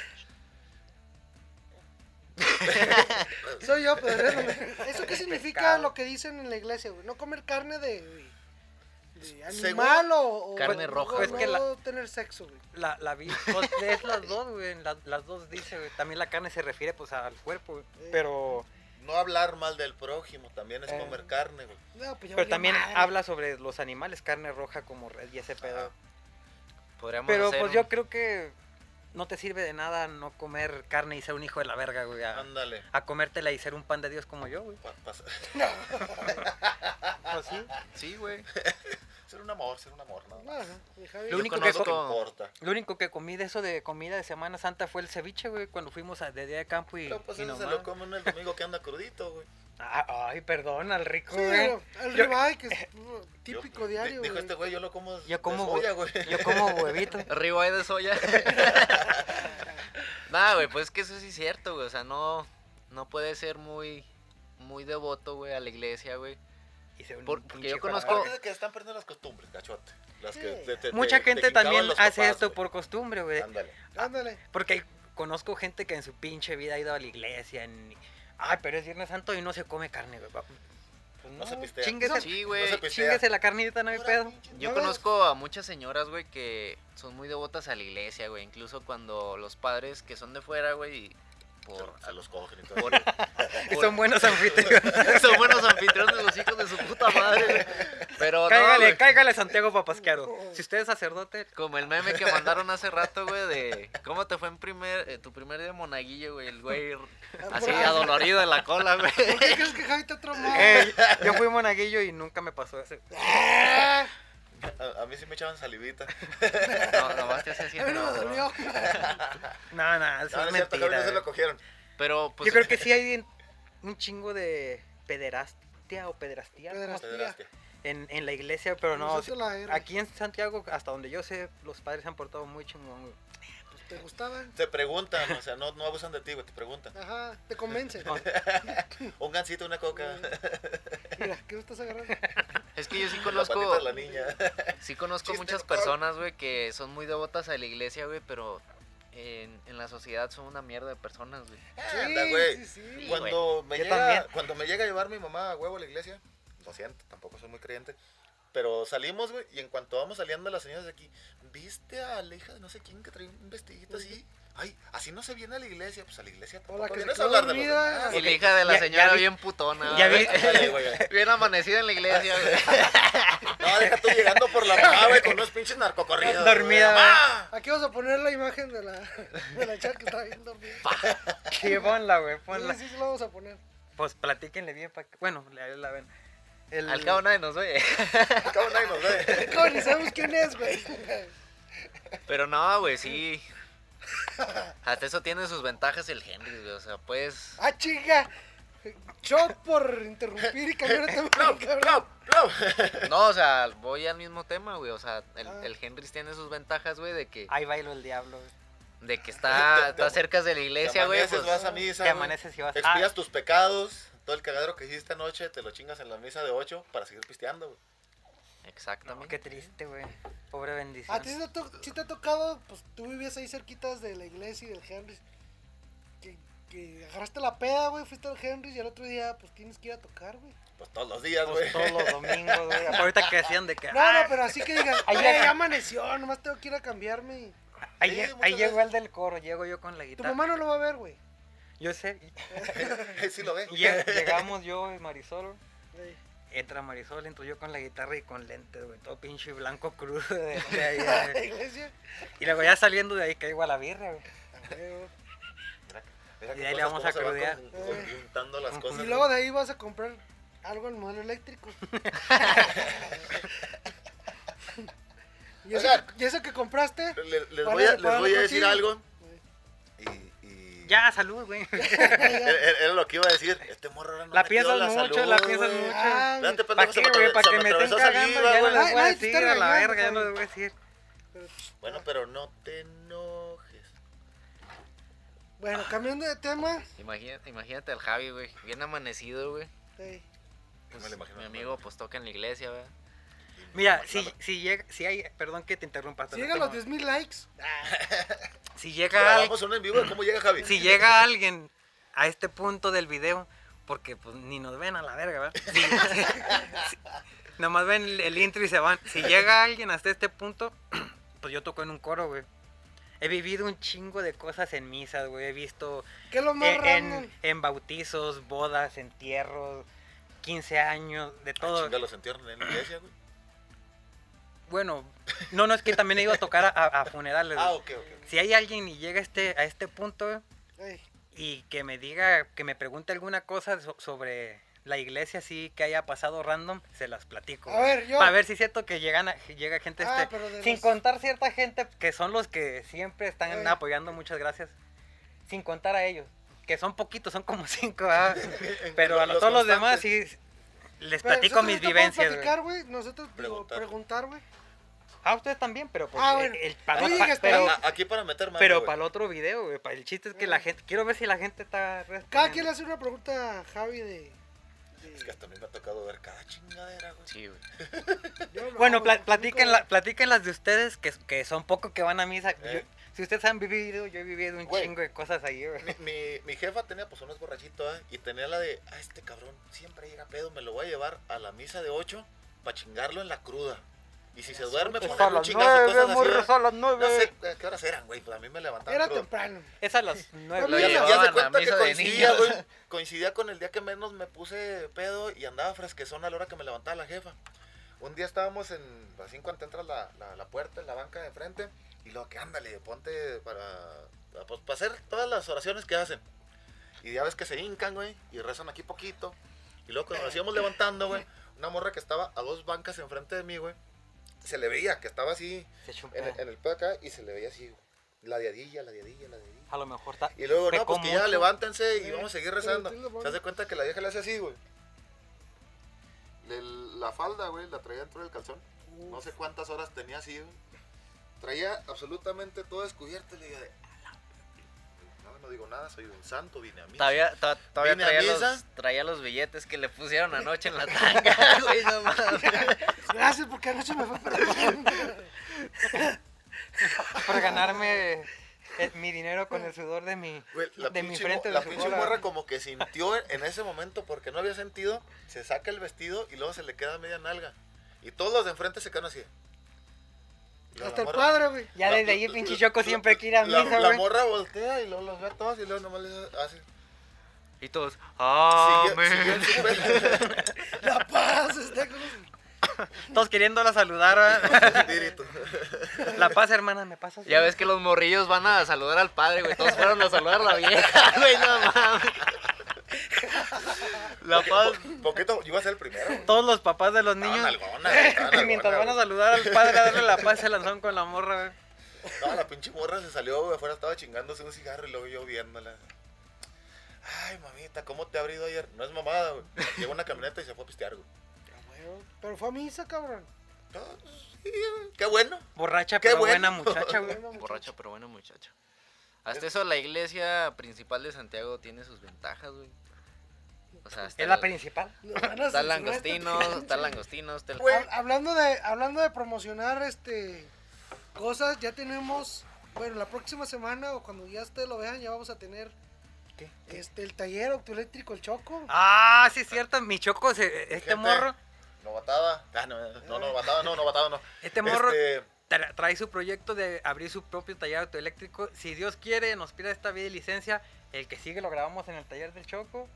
[SPEAKER 4] Soy yo, pero riéndome. ¿Eso qué significa
[SPEAKER 2] Pescado.
[SPEAKER 4] lo que dicen en la iglesia, güey? No comer carne de, de
[SPEAKER 1] Según-
[SPEAKER 4] animal o, o-
[SPEAKER 3] Carne
[SPEAKER 4] o
[SPEAKER 3] roja,
[SPEAKER 4] No,
[SPEAKER 3] güey.
[SPEAKER 2] Es que la-
[SPEAKER 4] tener sexo, güey.
[SPEAKER 2] La, la vi, pues, es las dos, güey, la- las dos dice, güey. También la carne se refiere, pues, al cuerpo, güey. Pero,
[SPEAKER 1] No hablar mal del prójimo, también es
[SPEAKER 2] Eh.
[SPEAKER 1] comer carne, güey.
[SPEAKER 4] No, pues ya
[SPEAKER 2] pero
[SPEAKER 4] valió
[SPEAKER 2] también
[SPEAKER 4] madre.
[SPEAKER 2] habla sobre los animales, carne roja como red y ese pedo.
[SPEAKER 3] Podríamos
[SPEAKER 2] Pero,
[SPEAKER 3] hacer
[SPEAKER 2] pues,
[SPEAKER 3] un-
[SPEAKER 2] yo creo que no te sirve de nada no comer carne y ser un hijo de la verga, güey. A,
[SPEAKER 1] Ándale.
[SPEAKER 2] a comértela y ser un pan de Dios como yo, güey.
[SPEAKER 1] pa- pas-
[SPEAKER 2] Pues, sí.
[SPEAKER 3] Sí, güey. <laughs>
[SPEAKER 1] Ser un amor, ser un amor, nada más.
[SPEAKER 4] No, no, deja bien.
[SPEAKER 2] Lo
[SPEAKER 3] Yo
[SPEAKER 2] único que
[SPEAKER 1] Eso te
[SPEAKER 3] conozco-
[SPEAKER 1] importa.
[SPEAKER 2] Lo único que comí de eso de comida de Semana Santa fue el ceviche, güey, cuando fuimos a, de día de campo y,
[SPEAKER 1] Pero pues
[SPEAKER 2] y
[SPEAKER 1] eso se
[SPEAKER 2] nomás.
[SPEAKER 1] lo comen el domingo que anda crudito, güey.
[SPEAKER 2] Ah, ay, perdón, al rico,
[SPEAKER 4] Sí,
[SPEAKER 2] güey.
[SPEAKER 4] pero al
[SPEAKER 2] eh, Yo-
[SPEAKER 4] ribeye, que
[SPEAKER 2] <laughs>
[SPEAKER 4] es uh,
[SPEAKER 1] Yo-
[SPEAKER 4] típico
[SPEAKER 1] di-
[SPEAKER 4] diario,
[SPEAKER 1] Dijo
[SPEAKER 4] güey.
[SPEAKER 1] este güey, yo lo como.
[SPEAKER 2] Yo como,
[SPEAKER 1] de soya, güey.
[SPEAKER 2] Yo como huevito.
[SPEAKER 3] Ribeye de <laughs> soya. Nada, güey, pues es que eso sí es cierto, güey. O sea, no, no puede ser muy, muy devoto, güey, a la iglesia, güey.
[SPEAKER 2] Y se- un
[SPEAKER 3] Por- porque
[SPEAKER 2] pinche
[SPEAKER 3] yo conozco-
[SPEAKER 2] jalapeño.
[SPEAKER 1] Aparte de que están perdiendo las costumbres, cachote. Las que
[SPEAKER 4] Sí.
[SPEAKER 1] te- te-
[SPEAKER 2] Mucha
[SPEAKER 1] te- te
[SPEAKER 2] gente
[SPEAKER 1] hincaban
[SPEAKER 2] también
[SPEAKER 1] los
[SPEAKER 2] hace
[SPEAKER 1] papás,
[SPEAKER 2] esto
[SPEAKER 1] güey.
[SPEAKER 2] por costumbre, güey.
[SPEAKER 1] Ándale.
[SPEAKER 4] <laughs> Ándale.
[SPEAKER 2] Porque hay- conozco gente que en su pinche vida ha ido a la iglesia. ni- Ay, pero es Viernes Santo y no se come carne, güey. Va- Pues
[SPEAKER 1] No se pistea.
[SPEAKER 2] Chínguese,
[SPEAKER 3] Sí,
[SPEAKER 1] No
[SPEAKER 3] güey.
[SPEAKER 1] se pistea.
[SPEAKER 2] chínguese la carnita, no hay
[SPEAKER 1] Ahora,
[SPEAKER 2] pedo.
[SPEAKER 1] Pues pinche
[SPEAKER 3] Yo
[SPEAKER 4] No,
[SPEAKER 3] conozco a muchas señoras, güey, que son muy devotas a la iglesia, güey. Incluso cuando los padres que son de fuera, güey, y
[SPEAKER 4] <laughs>
[SPEAKER 3] por,
[SPEAKER 1] Se los cogen y todo.
[SPEAKER 3] por,
[SPEAKER 2] Y son
[SPEAKER 1] <laughs>
[SPEAKER 2] buenos anfitriones.
[SPEAKER 3] son buenos anfitriones de los hijos de su puta madre, güey. Pero no,
[SPEAKER 2] cáigale,
[SPEAKER 3] güey.
[SPEAKER 2] cáigale Santiago Papascaro. Si usted
[SPEAKER 1] <laughs>
[SPEAKER 2] es sacerdote,
[SPEAKER 3] Como el meme que mandaron hace rato, güey, de cómo te fue en primer, eh, tu primer día de monaguillo, güey, el güey así adolorido en la
[SPEAKER 4] <laughs>
[SPEAKER 3] cola, güey.
[SPEAKER 4] ¿Por qué crees que Javi te ha traumado?
[SPEAKER 2] <laughs> Ey, yo fui monaguillo y nunca me pasó ese.
[SPEAKER 4] Ah,
[SPEAKER 1] A, a mí sí me echaban salivita. Ah,
[SPEAKER 3] No, nomás te hace así,
[SPEAKER 4] a mí no
[SPEAKER 3] no,
[SPEAKER 4] me
[SPEAKER 3] no.
[SPEAKER 2] <laughs>
[SPEAKER 4] dolió.
[SPEAKER 2] No, no, eso
[SPEAKER 1] Ah, no
[SPEAKER 2] es
[SPEAKER 1] es cierto,
[SPEAKER 2] mentira.
[SPEAKER 1] cabrón, no se
[SPEAKER 2] güey.
[SPEAKER 1] lo cogieron.
[SPEAKER 3] Pero pues
[SPEAKER 2] Yo creo que sí hay en- un chingo de pederastia o pederastía ¿no?
[SPEAKER 4] Pederastia.
[SPEAKER 1] Pederastia.
[SPEAKER 2] en, en la iglesia, pero no.
[SPEAKER 4] Nosotros Pues la era.
[SPEAKER 2] Aquí en Santiago, hasta donde yo sé, los padres se han portado muy chingón. güey.
[SPEAKER 4] Pues te gustaban.
[SPEAKER 1] Te preguntan, o sea, no, no abusan de ti, güey, te
[SPEAKER 4] <laughs>
[SPEAKER 1] preguntan.
[SPEAKER 4] Ajá, te convencen.
[SPEAKER 2] No,
[SPEAKER 1] Un gancito, una coca.
[SPEAKER 4] Mira, ¿qué me estás agarrando?
[SPEAKER 3] es que yo
[SPEAKER 1] <laughs>
[SPEAKER 3] sí
[SPEAKER 1] La patita
[SPEAKER 3] conozco,
[SPEAKER 1] de la niña.
[SPEAKER 3] sí conozco
[SPEAKER 1] Chiste
[SPEAKER 3] muchas
[SPEAKER 1] local.
[SPEAKER 3] personas, güey, que son muy devotas a la iglesia, güey, pero en, en la sociedad son una mierda de personas, güey.
[SPEAKER 1] Anda, güey.
[SPEAKER 4] sí, sí.
[SPEAKER 1] <laughs> Cuando me,
[SPEAKER 2] Yo
[SPEAKER 1] llega,
[SPEAKER 2] también.
[SPEAKER 1] cuando me llega a llevar mi mamá a huevo a la iglesia, lo siento, tampoco soy muy creyente. Pero salimos, güey, y en cuanto vamos saliendo las señoras de aquí, ¿viste a la hija de no sé quién que trae un vestidito así? Ay, así no se viene a la iglesia, pues a la iglesia
[SPEAKER 4] O la
[SPEAKER 1] tampoco
[SPEAKER 4] que se
[SPEAKER 1] vienes a
[SPEAKER 4] quedó
[SPEAKER 1] hablar de los
[SPEAKER 4] dormida,
[SPEAKER 1] demás.
[SPEAKER 4] Ah,
[SPEAKER 3] Y la hija de la
[SPEAKER 2] Ya- ya
[SPEAKER 3] señora
[SPEAKER 2] vi-
[SPEAKER 3] bien putona,
[SPEAKER 2] ya vi-
[SPEAKER 3] güey.
[SPEAKER 1] Ándale,
[SPEAKER 2] <laughs>
[SPEAKER 1] güey, güey.
[SPEAKER 3] <laughs> bien amanecida en la iglesia, güey.
[SPEAKER 1] No, deja tú llegando por la mamá, güey, con unos pinches narcocorridos. güey.
[SPEAKER 2] Dormida,
[SPEAKER 1] ¡Mamá!
[SPEAKER 4] Aquí vamos a poner la imagen de la, de la chat que está bien dormida.
[SPEAKER 2] Sí, ponla, güey, ponla.
[SPEAKER 4] Sí, sí, sí, la vamos a poner.
[SPEAKER 2] Pues platíquenle bien para que. Bueno, la, la ven. <laughs> El-
[SPEAKER 3] Al cabo nadie nos ve.
[SPEAKER 1] Al cabo nadie Ah, nos ve.
[SPEAKER 4] ¿Cómo ni sabemos quién es, güey?
[SPEAKER 3] Pero no, güey, sí. Hasta eso tiene sus ventajas el Henry, güey. O sea, pues.
[SPEAKER 4] ¡Ah, chica! Yo por interrumpir y cambiar de tema, cabrón.
[SPEAKER 1] ¡Plop, plop!
[SPEAKER 3] No, o sea, voy al mismo tema, güey. O sea, el,
[SPEAKER 4] Ah.
[SPEAKER 3] el Henry tiene sus ventajas, güey, de que,
[SPEAKER 2] Ahí bailo el diablo, güey.
[SPEAKER 3] de que
[SPEAKER 1] Te-
[SPEAKER 3] está,
[SPEAKER 1] te-
[SPEAKER 2] <laughs>
[SPEAKER 3] está cerca de la
[SPEAKER 1] Te
[SPEAKER 3] iglesia, güey.
[SPEAKER 1] amaneces,
[SPEAKER 3] pues,
[SPEAKER 1] vas a misa, güey.
[SPEAKER 2] Te amaneces y vas
[SPEAKER 1] Expías tus pecados, todo el cagadero que hiciste anoche, te lo chingas en la misa de 8 para seguir pisteando, güey.
[SPEAKER 2] Ah, no,
[SPEAKER 3] Exactamente.
[SPEAKER 2] qué triste, güey. Pobre bendición.
[SPEAKER 4] A ti sí te, ha to- sí te ha tocado, pues tú vivías ahí cerquitas de la iglesia y del Henry. Que, que agarraste la peda, güey, fuiste al Henry y al otro día, pues tienes que ir a tocar, güey.
[SPEAKER 1] Pues todos los días, güey.
[SPEAKER 2] Pues,
[SPEAKER 1] <laughs>
[SPEAKER 2] todos los domingos,
[SPEAKER 4] <laughs>
[SPEAKER 2] güey. Ahorita que decían de que.
[SPEAKER 4] No, no, pero así que digas,
[SPEAKER 2] Ahí
[SPEAKER 4] "Güey,
[SPEAKER 2] llega-
[SPEAKER 4] ya amaneció, nomás tengo que ir a cambiarme. y-".
[SPEAKER 2] Ahí,
[SPEAKER 1] Sí,
[SPEAKER 2] lle-
[SPEAKER 1] muchas
[SPEAKER 2] ahí llegó
[SPEAKER 1] veces.
[SPEAKER 2] el del coro, llego yo con la
[SPEAKER 4] Tu
[SPEAKER 2] guitarra.
[SPEAKER 4] mamá no lo va a ver, güey.
[SPEAKER 2] Yo
[SPEAKER 4] <laughs>
[SPEAKER 2] sé.
[SPEAKER 1] sí lo ve.
[SPEAKER 2] y lle- llegamos yo y Marisol.
[SPEAKER 4] Ey.
[SPEAKER 2] Entra Marisol, entro yo con la guitarra y con lentes, güey. Todo pinche blanco crudo. de- de ahí,
[SPEAKER 4] A <laughs> la
[SPEAKER 2] güey.
[SPEAKER 4] iglesia.
[SPEAKER 2] y luego ya saliendo de ahí caigo a la birra, güey.
[SPEAKER 4] A huevo.
[SPEAKER 1] Mira qué
[SPEAKER 2] Y ahí le
[SPEAKER 1] cosas,
[SPEAKER 2] vamos
[SPEAKER 1] cómo
[SPEAKER 2] a
[SPEAKER 1] se van
[SPEAKER 2] crudear.
[SPEAKER 1] con- con- juntando las cosas.
[SPEAKER 4] Y luego de ahí vas a comprar algo en modelo
[SPEAKER 1] <laughs>
[SPEAKER 4] eléctrico. <laughs> ¿Y, eso
[SPEAKER 1] Oigan. <laughs>
[SPEAKER 4] que, y eso que compraste? <laughs>
[SPEAKER 1] Le- les
[SPEAKER 4] ¿Cuál
[SPEAKER 1] voy
[SPEAKER 4] es
[SPEAKER 1] a,
[SPEAKER 4] el
[SPEAKER 1] les voy a
[SPEAKER 4] cuadro
[SPEAKER 1] decir
[SPEAKER 4] contigo?
[SPEAKER 1] algo. Y, y
[SPEAKER 2] Ya, salud, güey.
[SPEAKER 1] Era era lo que iba a decir. Este morro ahora no
[SPEAKER 2] La
[SPEAKER 1] metió
[SPEAKER 2] piensas mucho, la
[SPEAKER 1] salud,
[SPEAKER 2] piensas
[SPEAKER 1] güey.
[SPEAKER 2] mucho.
[SPEAKER 4] Ah,
[SPEAKER 1] Espérate,
[SPEAKER 2] ¿Para
[SPEAKER 1] pendejo, se
[SPEAKER 2] qué,
[SPEAKER 1] atre-
[SPEAKER 2] güey? ¿Para
[SPEAKER 1] se
[SPEAKER 2] que me
[SPEAKER 1] atravesó
[SPEAKER 2] estén cagando?
[SPEAKER 1] saliva,
[SPEAKER 2] Ya no
[SPEAKER 1] güey.
[SPEAKER 2] les voy a
[SPEAKER 4] Ay, ay, te
[SPEAKER 2] decir,
[SPEAKER 4] están
[SPEAKER 2] a la
[SPEAKER 4] regañando,
[SPEAKER 2] verga, ya no les
[SPEAKER 4] cabrón.
[SPEAKER 2] voy a decir.
[SPEAKER 4] Pero, pues,
[SPEAKER 1] Bueno,
[SPEAKER 4] ah.
[SPEAKER 1] pero no te enojes.
[SPEAKER 4] Bueno, cambiando de tema.
[SPEAKER 3] Imagina- imagínate al Javi, güey. Bien amanecido, güey.
[SPEAKER 4] ey,
[SPEAKER 1] me
[SPEAKER 3] Pues,
[SPEAKER 1] lo imagino
[SPEAKER 3] mi
[SPEAKER 1] al
[SPEAKER 3] amigo pues toca en la iglesia, ¿verdad?
[SPEAKER 2] Mira,
[SPEAKER 1] Imagínalo.
[SPEAKER 2] si, si llega, si hay, perdón que te interrumpa.
[SPEAKER 4] Si
[SPEAKER 2] pero
[SPEAKER 4] llega a
[SPEAKER 2] tengo-
[SPEAKER 4] los 10.000 likes,
[SPEAKER 2] si llega alguien,
[SPEAKER 1] Grabamos un en vivo de cómo llega Javi.
[SPEAKER 2] si llega alguien a este punto del video, porque pues ni nos ven a la verga, ¿verdad? Si- <laughs> si- nomás ven el, el intro y se van. Si llega alguien hasta este punto, <clears throat> pues yo toco en un coro, güey. He vivido un chingo de cosas en misas, güey. He visto
[SPEAKER 4] ¿qué es lo más
[SPEAKER 2] Eh, en,
[SPEAKER 4] random?
[SPEAKER 2] en, en bautizos, bodas, entierros, 15 años, de
[SPEAKER 1] Ah,
[SPEAKER 2] todo.
[SPEAKER 1] chinga, los entierran en la iglesia, güey.
[SPEAKER 2] Bueno, no, no, es que también he ido a tocar a, a funerales.
[SPEAKER 1] Ah,
[SPEAKER 2] güey.
[SPEAKER 1] ok, ok.
[SPEAKER 2] <laughs>
[SPEAKER 1] ok.
[SPEAKER 2] Si hay alguien y llega a este, a este punto güey,
[SPEAKER 4] Ey,
[SPEAKER 2] y que me diga, que me pregunte alguna cosa so- sobre la iglesia, así que haya pasado random, se las platico.
[SPEAKER 4] A
[SPEAKER 2] güey.
[SPEAKER 4] ver, yo.
[SPEAKER 2] Para ver si es cierto que llegan a- llega gente
[SPEAKER 4] Ah,
[SPEAKER 2] este,
[SPEAKER 4] pero de
[SPEAKER 2] sin
[SPEAKER 4] los-
[SPEAKER 2] contar cierta gente que son los que siempre están
[SPEAKER 4] Ey.
[SPEAKER 2] apoyando, muchas gracias. Sin contar a ellos, que son poquitos, son como <laughs> cinco, ¿verdad? pero a lo- todos los demás sí les
[SPEAKER 4] Pero
[SPEAKER 2] platico
[SPEAKER 4] nosotros
[SPEAKER 2] mis
[SPEAKER 4] no te podemos
[SPEAKER 2] vivencias. güey.
[SPEAKER 4] platicar, güey. Nosotros, digo,
[SPEAKER 1] Preguntar.
[SPEAKER 4] preguntar, güey.
[SPEAKER 2] Ah, ustedes también, pero pues,
[SPEAKER 4] Ah,
[SPEAKER 2] eh,
[SPEAKER 4] bueno.
[SPEAKER 2] el- para-
[SPEAKER 4] Oye,
[SPEAKER 2] pa-
[SPEAKER 4] que está
[SPEAKER 2] pero,
[SPEAKER 4] bien.
[SPEAKER 1] A- Aquí para meter más.
[SPEAKER 2] pero para el otro video, güey, pa- el chiste es que la
[SPEAKER 4] Mm.
[SPEAKER 2] gente, quiero ver si la gente está
[SPEAKER 4] Cada
[SPEAKER 2] respondiendo.
[SPEAKER 4] quien le hace una pregunta a Javi de. de-
[SPEAKER 1] Es que hasta a mí me ha tocado ver cada chingadera, güey.
[SPEAKER 3] Sí, güey.
[SPEAKER 4] yo no,
[SPEAKER 2] Bueno,
[SPEAKER 4] güey,
[SPEAKER 2] pla- platiquen,
[SPEAKER 4] nunca-
[SPEAKER 2] la- platiquen las de ustedes, que, que son pocos que van a misa. Yo-
[SPEAKER 1] Eh.
[SPEAKER 2] si ustedes han vivido, yo he vivido un
[SPEAKER 1] Güey.
[SPEAKER 2] chingo de cosas ahí, güey. <laughs>
[SPEAKER 1] Mi, mi, mi jefa tenía pues unos borrachitos ¿eh? y tenía la de, ah, este cabrón siempre llega pedo, me lo voy a llevar a la misa de 8 para chingarlo en la cruda. Y si se duerme,
[SPEAKER 2] Es pues, a
[SPEAKER 1] ponerle un
[SPEAKER 2] las
[SPEAKER 1] chingazo,
[SPEAKER 2] nueve,
[SPEAKER 1] cosas así.
[SPEAKER 2] morros,
[SPEAKER 1] ¿eh?
[SPEAKER 2] a las nueve.
[SPEAKER 1] No sé eh, qué horas eran, güey, pues a mí me levantaban
[SPEAKER 4] Era
[SPEAKER 1] crudo.
[SPEAKER 4] temprano.
[SPEAKER 2] Es a
[SPEAKER 4] <laughs>
[SPEAKER 2] las nueve.
[SPEAKER 4] Pero
[SPEAKER 1] Ya,
[SPEAKER 4] Lo
[SPEAKER 1] ya
[SPEAKER 3] llevaban
[SPEAKER 1] se
[SPEAKER 3] a
[SPEAKER 1] cuenta que
[SPEAKER 3] misa de
[SPEAKER 1] coincidía,
[SPEAKER 3] niños.
[SPEAKER 1] güey. Coincidía con el día que menos me puse pedo y andaba fresquezón a la hora que me levantaba la jefa. Un día estábamos en, así en cuanto entras la, la, la puerta, en la banca de enfrente, y lo que ándale, ponte para, para, pues, para hacer todas las oraciones que hacen. Y ya ves que se hincan, güey, y rezan aquí poquito. Y luego cuando nos íbamos levantando, güey, una morra que estaba a dos bancas enfrente de mí, güey, se le veía que estaba así
[SPEAKER 2] Se echó un
[SPEAKER 1] en,
[SPEAKER 2] pedo.
[SPEAKER 1] el- en el pedo acá y se le veía así, güey, la diadilla, la diadilla, la diadilla.
[SPEAKER 2] A lo mejor está...
[SPEAKER 1] Y luego, no,
[SPEAKER 2] Pecó
[SPEAKER 1] pues que ya
[SPEAKER 2] mucho.
[SPEAKER 1] levántense y
[SPEAKER 4] Sí,
[SPEAKER 1] vamos a seguir
[SPEAKER 4] pero
[SPEAKER 1] rezando.
[SPEAKER 4] entiendo,
[SPEAKER 1] Se
[SPEAKER 4] bueno.
[SPEAKER 1] hace cuenta que la vieja le hace así, güey. El- la falda, güey, la traía dentro del calzón. No sé cuántas horas tenía así, güey. Traía absolutamente todo descubierto y le dije, de, "A la- no, no digo nada, soy un santo, vine a mí.
[SPEAKER 3] Todavía, to- todavía
[SPEAKER 1] Vine a
[SPEAKER 3] traía,
[SPEAKER 1] misa.
[SPEAKER 3] los, traía los billetes que le pusieron anoche en la tanga, <laughs> güey. No mames.
[SPEAKER 4] Gracias, porque anoche me fue perdón.
[SPEAKER 2] Para ganarme eh, mi dinero con el sudor de mi,
[SPEAKER 1] Güey, la
[SPEAKER 2] de mi
[SPEAKER 1] pinche,
[SPEAKER 2] frente.
[SPEAKER 1] mo-
[SPEAKER 2] de
[SPEAKER 1] la
[SPEAKER 2] su
[SPEAKER 1] pinche
[SPEAKER 2] cola.
[SPEAKER 1] morra como que sintió en- en ese momento porque no había sentido, se saca el vestido y luego se le queda media nalga. Y todos los de enfrente se quedan así. Y la
[SPEAKER 4] Hasta el
[SPEAKER 1] morra-
[SPEAKER 4] padre, güey.
[SPEAKER 2] Ya
[SPEAKER 1] La-
[SPEAKER 2] desde ahí,
[SPEAKER 1] la-
[SPEAKER 2] pinche
[SPEAKER 1] la-
[SPEAKER 2] choco
[SPEAKER 1] la-
[SPEAKER 2] siempre quiere a
[SPEAKER 1] la-
[SPEAKER 2] misa,
[SPEAKER 1] La
[SPEAKER 2] güey.
[SPEAKER 1] morra voltea y luego los ve a todos y luego nomás les hace.
[SPEAKER 3] Y todos, ¡ah,
[SPEAKER 1] Siguió- siguió en su pedo.
[SPEAKER 3] <laughs>
[SPEAKER 4] La paz está como.
[SPEAKER 2] Todos queriéndola saludar. ¿verdad?
[SPEAKER 1] Espíritu.
[SPEAKER 2] La paz, hermana, me pasas.
[SPEAKER 3] Ya ves que los morrillos van a saludar al padre, güey. Todos fueron a saludar a la vieja, <laughs> güey. No mames. La paz.
[SPEAKER 1] Po- Poquito, yo iba a ser el primero. güey.
[SPEAKER 2] Todos los papás de los niños.
[SPEAKER 1] Estaban
[SPEAKER 2] <laughs>
[SPEAKER 1] nalgonas, güey, estaban
[SPEAKER 2] Y mientras van a
[SPEAKER 1] nalgonas,
[SPEAKER 2] saludar al padre a darle la paz, se lanzaron con la morra, güey.
[SPEAKER 1] güey. No, la pinche morra se salió, güey, afuera estaba chingándose un cigarro y luego yo viéndola. Ay, mamita, ¿cómo te ha abrido ayer? No es mamada, güey. Llegó una camioneta y se fue a pistear, güey.
[SPEAKER 4] Pero fue a misa, cabrón.
[SPEAKER 1] No, sí, güey. Qué bueno.
[SPEAKER 2] Borracha,
[SPEAKER 1] Qué
[SPEAKER 2] pero buena
[SPEAKER 1] bueno.
[SPEAKER 2] muchacha, güey.
[SPEAKER 4] Buena muchacha.
[SPEAKER 3] Borracho, pero bueno, muchacho. Hasta eso, la iglesia principal de Santiago tiene sus ventajas, güey. O sea, está
[SPEAKER 2] Es la
[SPEAKER 3] el,
[SPEAKER 2] principal.
[SPEAKER 4] Nos van a
[SPEAKER 3] está
[SPEAKER 4] censurar esta
[SPEAKER 3] el langostino,
[SPEAKER 4] pinche-
[SPEAKER 3] está el langostino, está el...
[SPEAKER 1] Güey.
[SPEAKER 4] Hab- Hablando de, hablando de promocionar este cosas, ya tenemos, bueno, la próxima semana o cuando ya ustedes lo vean, ya vamos a tener
[SPEAKER 2] ¿Qué?
[SPEAKER 4] este el taller autoeléctrico el Choco.
[SPEAKER 2] Ah, sí, es cierto. Mi choco, se- este
[SPEAKER 1] Gente.
[SPEAKER 2] morro,
[SPEAKER 1] No bataba. Ah, no, no, no bataba, no, no bataba, no.
[SPEAKER 2] este morro
[SPEAKER 1] Este, <clears throat>
[SPEAKER 2] tra- trae su proyecto de abrir su propio taller autoeléctrico. Si Dios quiere, nos pida esta vida y licencia. El que sigue lo grabamos en el taller del choco.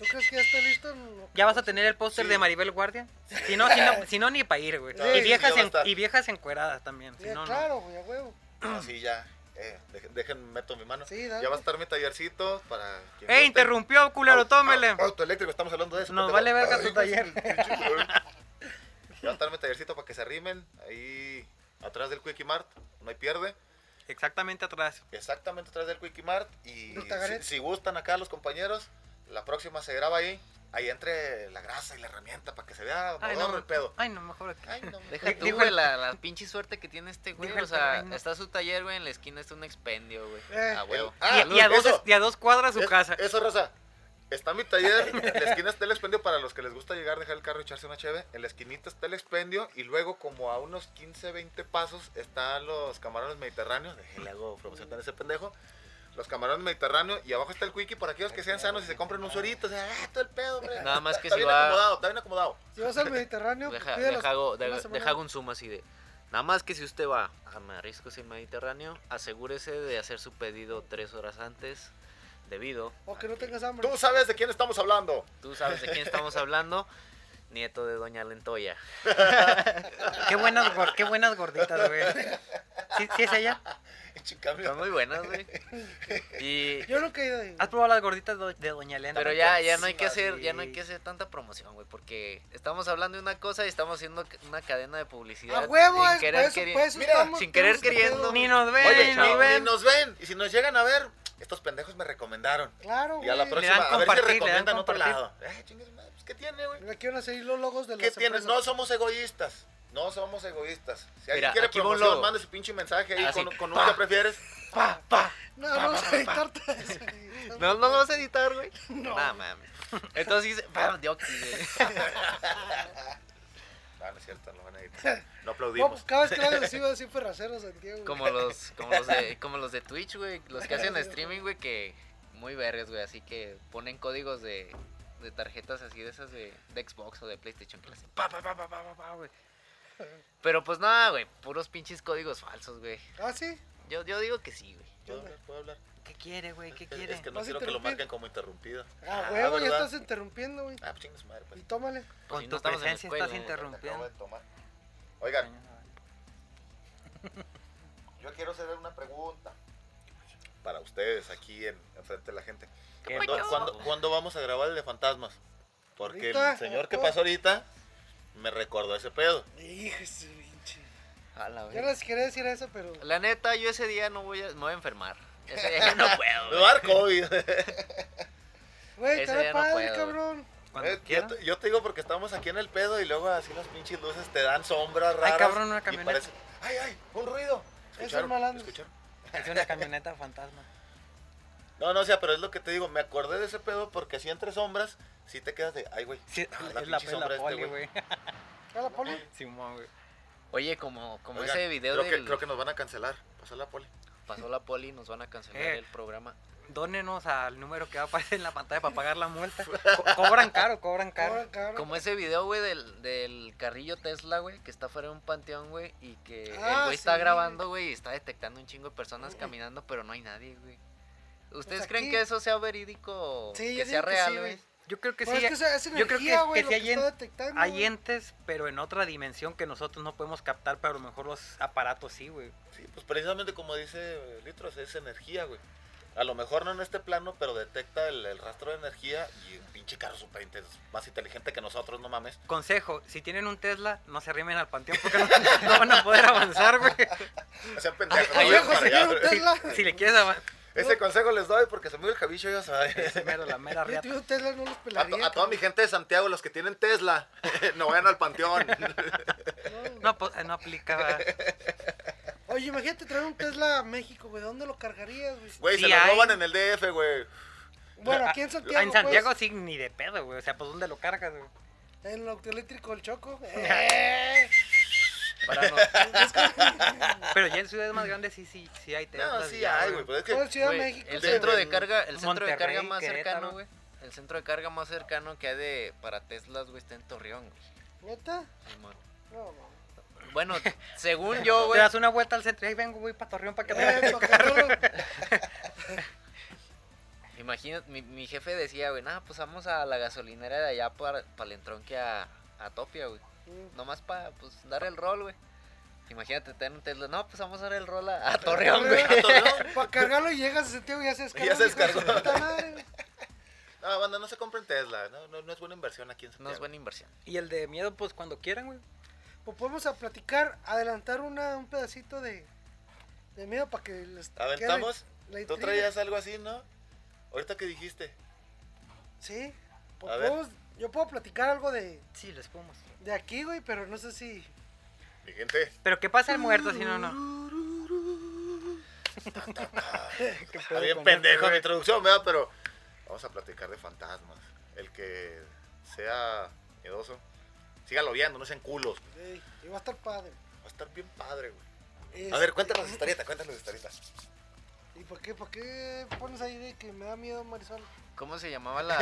[SPEAKER 4] ¿Tú crees que ya está listo? No.
[SPEAKER 2] Ya vas a tener el póster
[SPEAKER 1] Sí.
[SPEAKER 2] de Maribel Guardia. Si no, si no, si no ni para ir, güey.
[SPEAKER 1] Sí,
[SPEAKER 2] y,
[SPEAKER 1] sí,
[SPEAKER 2] viejas
[SPEAKER 1] ya va a
[SPEAKER 2] en-
[SPEAKER 1] estar.
[SPEAKER 2] y viejas encueradas también. Si
[SPEAKER 4] Ya,
[SPEAKER 2] no, no.
[SPEAKER 4] claro, güey, a huevo.
[SPEAKER 1] Así ya. Eh, dejen, dejen, meto mi mano.
[SPEAKER 4] Sí, dale.
[SPEAKER 1] ya va a estar mi tallercito para. quien
[SPEAKER 2] ¡Eh,
[SPEAKER 1] guste.
[SPEAKER 2] interrumpió, culero!
[SPEAKER 1] Au-
[SPEAKER 2] tómele.
[SPEAKER 1] au- Autoeléctrico, estamos hablando de eso.
[SPEAKER 2] Nos
[SPEAKER 1] pendejo.
[SPEAKER 2] vale verga tu
[SPEAKER 1] Ay,
[SPEAKER 2] taller.
[SPEAKER 1] pinche culero. Ya va a estar mi tallercito para que se arrimen. Ahí atrás del Quickie Mart. No hay pierde.
[SPEAKER 2] exactamente atrás.
[SPEAKER 1] Exactamente atrás del Quickie Mart. Y
[SPEAKER 4] Del Tagaret.
[SPEAKER 1] si, si gustan acá los compañeros, la próxima se graba ahí. Ahí entre la grasa y la herramienta para que se vea
[SPEAKER 2] Ay,
[SPEAKER 1] modorro
[SPEAKER 2] no,
[SPEAKER 1] el pedo.
[SPEAKER 2] Ay, no, mejor aquí.
[SPEAKER 1] Ay, no.
[SPEAKER 3] Deja tú,
[SPEAKER 2] Dijo
[SPEAKER 3] güey,
[SPEAKER 2] el-
[SPEAKER 3] la, la pinche suerte que tiene este güey.
[SPEAKER 2] Dijo el
[SPEAKER 3] O sea,
[SPEAKER 2] terreno.
[SPEAKER 3] está su taller, güey, en la esquina está un expendio, güey.
[SPEAKER 4] Eh,
[SPEAKER 3] Ah, güey.
[SPEAKER 1] Ah,
[SPEAKER 2] y, y a dos,
[SPEAKER 1] eso.
[SPEAKER 2] y a dos cuadras su
[SPEAKER 1] Es-
[SPEAKER 2] casa.
[SPEAKER 1] Eh, Eso, Rosa. Está mi taller, en la esquina está el expendio para los que les gusta llegar, dejar el carro y echarse una cheve. En la esquinita está el expendio y luego como a unos 15, 20 pasos están los camarones mediterráneos. Déjenle hago promoción tan ese pendejo. Los camarones mediterráneos y abajo está el quickie para aquellos que sean sanos y se compren un suerito. O sea, ah, todo el pedo, hombre.
[SPEAKER 3] Nada más que
[SPEAKER 1] está
[SPEAKER 3] si
[SPEAKER 1] bien
[SPEAKER 3] va-
[SPEAKER 1] acomodado, está bien acomodado.
[SPEAKER 4] Si vas al Mediterráneo,
[SPEAKER 3] Deja,
[SPEAKER 4] pide
[SPEAKER 3] deja, hago,
[SPEAKER 4] una
[SPEAKER 3] deja,
[SPEAKER 4] semana.
[SPEAKER 3] deja hago un zoom así de. Nada más que si usted va a Mariscos y Mediterráneo, asegúrese de hacer su pedido tres horas antes, debido.
[SPEAKER 4] O que
[SPEAKER 3] a
[SPEAKER 4] no tengas hambre.
[SPEAKER 1] Tú sabes de quién estamos hablando. <laughs>
[SPEAKER 3] Tú sabes de quién estamos hablando. Nieto de Doña Lentoya.
[SPEAKER 2] Qué buenas, gor- qué buenas gorditas, güey. ¿Sí, sí es ella?
[SPEAKER 1] Chicambio.
[SPEAKER 3] Están muy
[SPEAKER 2] <laughs>
[SPEAKER 3] buenas, güey. Y,
[SPEAKER 4] Yo nunca he ido ahí.
[SPEAKER 2] ¿Has probado las gorditas do- de Doña Elena?
[SPEAKER 4] pues
[SPEAKER 3] pero ya, ya no hay que hacer, ya no hay
[SPEAKER 2] Sí.
[SPEAKER 3] que hacer tanta promoción, güey, porque estamos hablando de una cosa y estamos haciendo ca- una cadena de publicidad.
[SPEAKER 4] A huevo, es,
[SPEAKER 3] sin
[SPEAKER 4] pues, por
[SPEAKER 3] querer
[SPEAKER 4] eso,
[SPEAKER 3] queri-
[SPEAKER 4] por eso
[SPEAKER 1] Mira,
[SPEAKER 4] estamos-
[SPEAKER 3] sin querer
[SPEAKER 4] estamos en
[SPEAKER 3] queriendo,
[SPEAKER 4] pedo.
[SPEAKER 2] Ni nos ven,
[SPEAKER 1] Oye,
[SPEAKER 2] ni
[SPEAKER 1] chao,
[SPEAKER 2] ven.
[SPEAKER 1] ni nos ven. Y si nos llegan a ver, estos pendejos me recomendaron.
[SPEAKER 4] Claro,
[SPEAKER 1] Y a la
[SPEAKER 4] güey.
[SPEAKER 1] próxima, a ver si
[SPEAKER 2] compartir, le dan
[SPEAKER 1] recomiendan otro
[SPEAKER 2] compartir.
[SPEAKER 1] lado. Eh, chingue su madre, pues, ¿Qué tiene, güey?
[SPEAKER 4] Mira, aquí van a salir los logos de las
[SPEAKER 1] ¿Qué tienes? No
[SPEAKER 4] empresas.
[SPEAKER 1] somos egoístas. No somos egoístas. Si alguien
[SPEAKER 3] Mira,
[SPEAKER 1] quiere
[SPEAKER 3] aquí va un
[SPEAKER 1] promoción,
[SPEAKER 3] logo.
[SPEAKER 1] mande su pinche mensaje
[SPEAKER 2] Ah,
[SPEAKER 1] ahí
[SPEAKER 3] Así,
[SPEAKER 1] con, con
[SPEAKER 3] pa.
[SPEAKER 1] un que prefieres. Pa, pa.
[SPEAKER 4] No, no vamos a editar
[SPEAKER 1] <laughs>
[SPEAKER 4] todo eso.
[SPEAKER 3] No, no lo vas a editar, güey.
[SPEAKER 4] <laughs> No.
[SPEAKER 3] Nah, mames. <laughs> Entonces dice, "Pam, de oxi,
[SPEAKER 4] <laughs>
[SPEAKER 3] güey".
[SPEAKER 1] No, no es cierto, no van a editar. No
[SPEAKER 4] No, pues
[SPEAKER 1] aplaudimos.
[SPEAKER 4] cada vez que lo decimos así fue rasero, Santiago.
[SPEAKER 3] Como los, como los de, como los de Twitch, güey. Los que hacen streaming, güey, que muy vergas, güey. Así que ponen códigos de, de tarjetas así de esas de, de Xbox o de PlayStation que le hacen pa, pa, pa, pa, pa, pa, pa, güey. Pero pues nada, güey. Puros pinches códigos falsos, güey.
[SPEAKER 4] Ah, sí.
[SPEAKER 3] Yo, yo digo que sí, güey.
[SPEAKER 1] ¿Puedo hablar? ¿Puedo hablar?
[SPEAKER 2] ¿Qué quiere, güey? ¿Qué
[SPEAKER 1] Es-
[SPEAKER 2] quiere?
[SPEAKER 1] Es que no
[SPEAKER 4] ¿Vas a
[SPEAKER 1] quiero que lo
[SPEAKER 4] interrumpir?
[SPEAKER 1] marquen como interrumpido.
[SPEAKER 4] Ah, huevo, ya
[SPEAKER 1] ¿verdad?
[SPEAKER 4] estás interrumpiendo, güey.
[SPEAKER 1] Ah, pues chingue su madre, pues.
[SPEAKER 4] Y tómale.
[SPEAKER 3] Pues,
[SPEAKER 2] Con
[SPEAKER 3] si no
[SPEAKER 2] tu
[SPEAKER 3] estamos en la
[SPEAKER 2] presencia
[SPEAKER 3] escuela,
[SPEAKER 2] estás
[SPEAKER 3] güey.
[SPEAKER 1] Acabo de
[SPEAKER 2] interrumpiendo.
[SPEAKER 1] tomar. Oigan, yo quiero hacer una pregunta. Para ustedes, aquí en, enfrente de la gente.
[SPEAKER 2] ¿Qué
[SPEAKER 1] ¿Cuándo,
[SPEAKER 2] pasó?
[SPEAKER 1] cuándo- cuándo vamos a grabar el de fantasmas? Porque
[SPEAKER 4] Ahorita,
[SPEAKER 1] el señor que
[SPEAKER 4] ahorita.
[SPEAKER 1] pasó ahorita me recordó ese pedo.
[SPEAKER 4] Hijo de su pinche.
[SPEAKER 3] A la
[SPEAKER 4] Yo
[SPEAKER 3] verga.
[SPEAKER 4] les quería decir eso, pero.
[SPEAKER 3] La neta, yo ese día no voy a, me voy a enfermar. Ese
[SPEAKER 4] <laughs>
[SPEAKER 3] día no puedo,
[SPEAKER 1] Me
[SPEAKER 3] güey.
[SPEAKER 1] va a dar COVID.
[SPEAKER 4] Güey,
[SPEAKER 3] Ese
[SPEAKER 4] está
[SPEAKER 3] ya no
[SPEAKER 4] padre,
[SPEAKER 3] puedo.
[SPEAKER 4] cabrón.
[SPEAKER 2] <laughs> Cuando
[SPEAKER 1] Eh, yo,
[SPEAKER 2] quiera.
[SPEAKER 1] te, yo te digo porque estamos aquí en el pedo y luego así las pinches luces te dan sombras raras.
[SPEAKER 2] cabrón, una
[SPEAKER 1] y
[SPEAKER 2] camioneta.
[SPEAKER 1] parece- ay, ay, un ruido.
[SPEAKER 4] el
[SPEAKER 1] ¿Escucharon?
[SPEAKER 4] malandro.
[SPEAKER 1] ¿Escucharon?
[SPEAKER 2] Es una camioneta fantasma.
[SPEAKER 1] No, no, o sea, pero es lo que te digo, me acordé de ese pedo porque si entre sombras, si te quedas de, ay, güey.
[SPEAKER 2] Sí,
[SPEAKER 1] ah,
[SPEAKER 2] es la
[SPEAKER 1] pinche sombra
[SPEAKER 2] pela
[SPEAKER 1] de este
[SPEAKER 2] poli, güey. <laughs>
[SPEAKER 4] ¿Ya la poli?
[SPEAKER 2] Simón, güey.
[SPEAKER 3] Oye, como, como
[SPEAKER 1] Oigan,
[SPEAKER 3] ese video
[SPEAKER 1] creo,
[SPEAKER 3] del-
[SPEAKER 1] que, creo que nos van a cancelar. Pasó la poli.
[SPEAKER 3] pasó la poli, nos van a cancelar
[SPEAKER 2] Eh.
[SPEAKER 3] el programa.
[SPEAKER 2] Dónenos al número que va a aparecer en la pantalla para pagar la multa. Co- cobran caro, cobran
[SPEAKER 4] Ahora,
[SPEAKER 2] caro.
[SPEAKER 4] cabrón.
[SPEAKER 3] Como ese video, güey, del, del carrillo Tesla, güey, que está fuera de un panteón, güey, y que
[SPEAKER 4] Ah,
[SPEAKER 3] el güey está
[SPEAKER 4] sí.
[SPEAKER 3] grabando, güey, y está detectando un chingo de personas caminando, pero no hay nadie, güey. ¿Ustedes
[SPEAKER 4] Pues
[SPEAKER 3] creen
[SPEAKER 4] aquí-
[SPEAKER 3] que eso sea verídico?
[SPEAKER 4] Sí,
[SPEAKER 3] que
[SPEAKER 4] yo
[SPEAKER 3] sea
[SPEAKER 4] digo que
[SPEAKER 3] real,
[SPEAKER 4] sí,
[SPEAKER 3] güey.
[SPEAKER 4] güey.
[SPEAKER 2] Yo creo que
[SPEAKER 4] Pues
[SPEAKER 2] sí.
[SPEAKER 4] es que esa- es
[SPEAKER 2] yo creo que-
[SPEAKER 4] energía, güey,
[SPEAKER 2] que
[SPEAKER 4] lo
[SPEAKER 2] sí
[SPEAKER 4] que
[SPEAKER 2] hay
[SPEAKER 4] está
[SPEAKER 2] en-
[SPEAKER 4] detectando,
[SPEAKER 2] Hay
[SPEAKER 4] güey.
[SPEAKER 2] entes, pero en otra dimensión que nosotros no podemos captar, pero a lo mejor los aparatos sí, güey.
[SPEAKER 1] Sí, pues precisamente como dice eh, Litros, es energía, güey. A lo mejor no en este plano, pero detecta el, el rastro de energía y un pinche carro super intenso, más inteligente que nosotros, no mames.
[SPEAKER 2] Consejo, si tienen un Tesla, no se arrimen al panteón porque no, <laughs> no van a poder avanzar, güey.
[SPEAKER 1] Sean pendejos. no
[SPEAKER 4] Ay,
[SPEAKER 1] vayan
[SPEAKER 4] ojo,
[SPEAKER 1] para
[SPEAKER 4] señor,
[SPEAKER 1] allá, güey.
[SPEAKER 4] usted- Tesla.
[SPEAKER 2] Si, si le quieres avanzar,
[SPEAKER 1] Ese consejo les doy porque se me dio el cabillo ya saben.
[SPEAKER 2] mero, la mera
[SPEAKER 4] Yo
[SPEAKER 2] reata.
[SPEAKER 4] tuve un Tesla, no los
[SPEAKER 1] A,
[SPEAKER 4] pelaría.
[SPEAKER 1] to- a toda mi gente de Santiago, los que tienen Tesla, <laughs> no vayan al panteón.
[SPEAKER 4] cabrón. No,
[SPEAKER 2] No, pues, eh, no aplica. va.
[SPEAKER 4] Oye, imagínate traer un Tesla a México, güey. ¿Dónde lo cargarías, güey?
[SPEAKER 1] Güey,
[SPEAKER 2] Sí
[SPEAKER 1] se lo
[SPEAKER 2] hay.
[SPEAKER 1] roban en el DF, güey.
[SPEAKER 4] Bueno, aquí en
[SPEAKER 2] Ah,
[SPEAKER 4] Santiago.
[SPEAKER 2] En Santiago
[SPEAKER 1] pues?
[SPEAKER 2] sí, ni de pedo, güey. O sea, pues ¿dónde lo
[SPEAKER 1] <laughs>
[SPEAKER 2] cargas, güey?
[SPEAKER 4] Pues, en lo eléctrico, el choco. eh,
[SPEAKER 2] <laughs>
[SPEAKER 1] Eh.
[SPEAKER 4] <laughs>
[SPEAKER 3] Para no-
[SPEAKER 2] Pero ya en ciudades más grandes sí, sí, sí hay Teslas.
[SPEAKER 1] No, sí
[SPEAKER 2] ya,
[SPEAKER 1] hay, güey. Pero es
[SPEAKER 4] Todo el
[SPEAKER 1] que,
[SPEAKER 4] Ciudad
[SPEAKER 3] güey,
[SPEAKER 4] de México.
[SPEAKER 3] el
[SPEAKER 4] sí.
[SPEAKER 3] centro de
[SPEAKER 1] en
[SPEAKER 3] carga, el centro de carga
[SPEAKER 2] Monterrey,
[SPEAKER 3] más cercano,
[SPEAKER 2] Querétaro.
[SPEAKER 3] güey. El centro de carga más cercano que hay de para Teslas, güey, está en Torreón, güey.
[SPEAKER 4] ¿Neta?
[SPEAKER 3] Simón.
[SPEAKER 4] No, no.
[SPEAKER 3] <laughs> Bueno, según yo,
[SPEAKER 2] Te
[SPEAKER 3] güey,
[SPEAKER 2] das una vuelta al centro y ahí vengo, güey, para Torreón para que te
[SPEAKER 4] Eh, Macanudo.
[SPEAKER 3] Imagínate, mi, mi jefe decía, güey, nada, pues vamos a la gasolinera de allá para, para el entronque a, a Topia, güey. Nomás para, pues, dar el rol, güey. Imagínate tener un Tesla. No, pues vamos a dar el rol <laughs> a,
[SPEAKER 1] <laughs>
[SPEAKER 3] a Torreón, güey.
[SPEAKER 1] A Torreón.
[SPEAKER 4] Para cargarlo y llegas a Santiago y ya se descargó.
[SPEAKER 1] Ya se
[SPEAKER 4] hijo de su
[SPEAKER 1] descargó.
[SPEAKER 4] puta madre, güey.
[SPEAKER 1] no, banda, no se compren Tesla. No, no, no es buena inversión aquí en Santiago.
[SPEAKER 3] No es buena inversión.
[SPEAKER 2] Y el de miedo, pues cuando quieran, güey.
[SPEAKER 4] Pues podemos a platicar, adelantar una, un pedacito de, De miedo para que les quede
[SPEAKER 1] Aventamos.
[SPEAKER 4] la
[SPEAKER 1] Tú
[SPEAKER 4] intriga.
[SPEAKER 1] traías algo así, ¿no? Ahorita que dijiste.
[SPEAKER 4] Sí. pues
[SPEAKER 1] A ver.
[SPEAKER 4] podemos- yo puedo platicar algo de,
[SPEAKER 2] Sí, les puedo mostrar.
[SPEAKER 4] de aquí, güey, pero no sé si.
[SPEAKER 1] Mi gente.
[SPEAKER 2] Pero ¿qué
[SPEAKER 1] Mm,
[SPEAKER 2] pasa el muerto si no, no?
[SPEAKER 1] Está bien pendejo mi introducción, ¿verdad? Pero vamos a platicar de fantasmas. El que sea miedoso, sígalo viendo, no sean culos.
[SPEAKER 4] Ey, iba a estar padre.
[SPEAKER 1] Va a estar bien padre, güey.
[SPEAKER 4] Este,
[SPEAKER 1] A ver, cuéntanos historieta, cuéntanos historieta.
[SPEAKER 4] ¿Y por qué, por qué pones ahí de que me da miedo Marisol?
[SPEAKER 3] ¿Cómo se llamaba <laughs> la,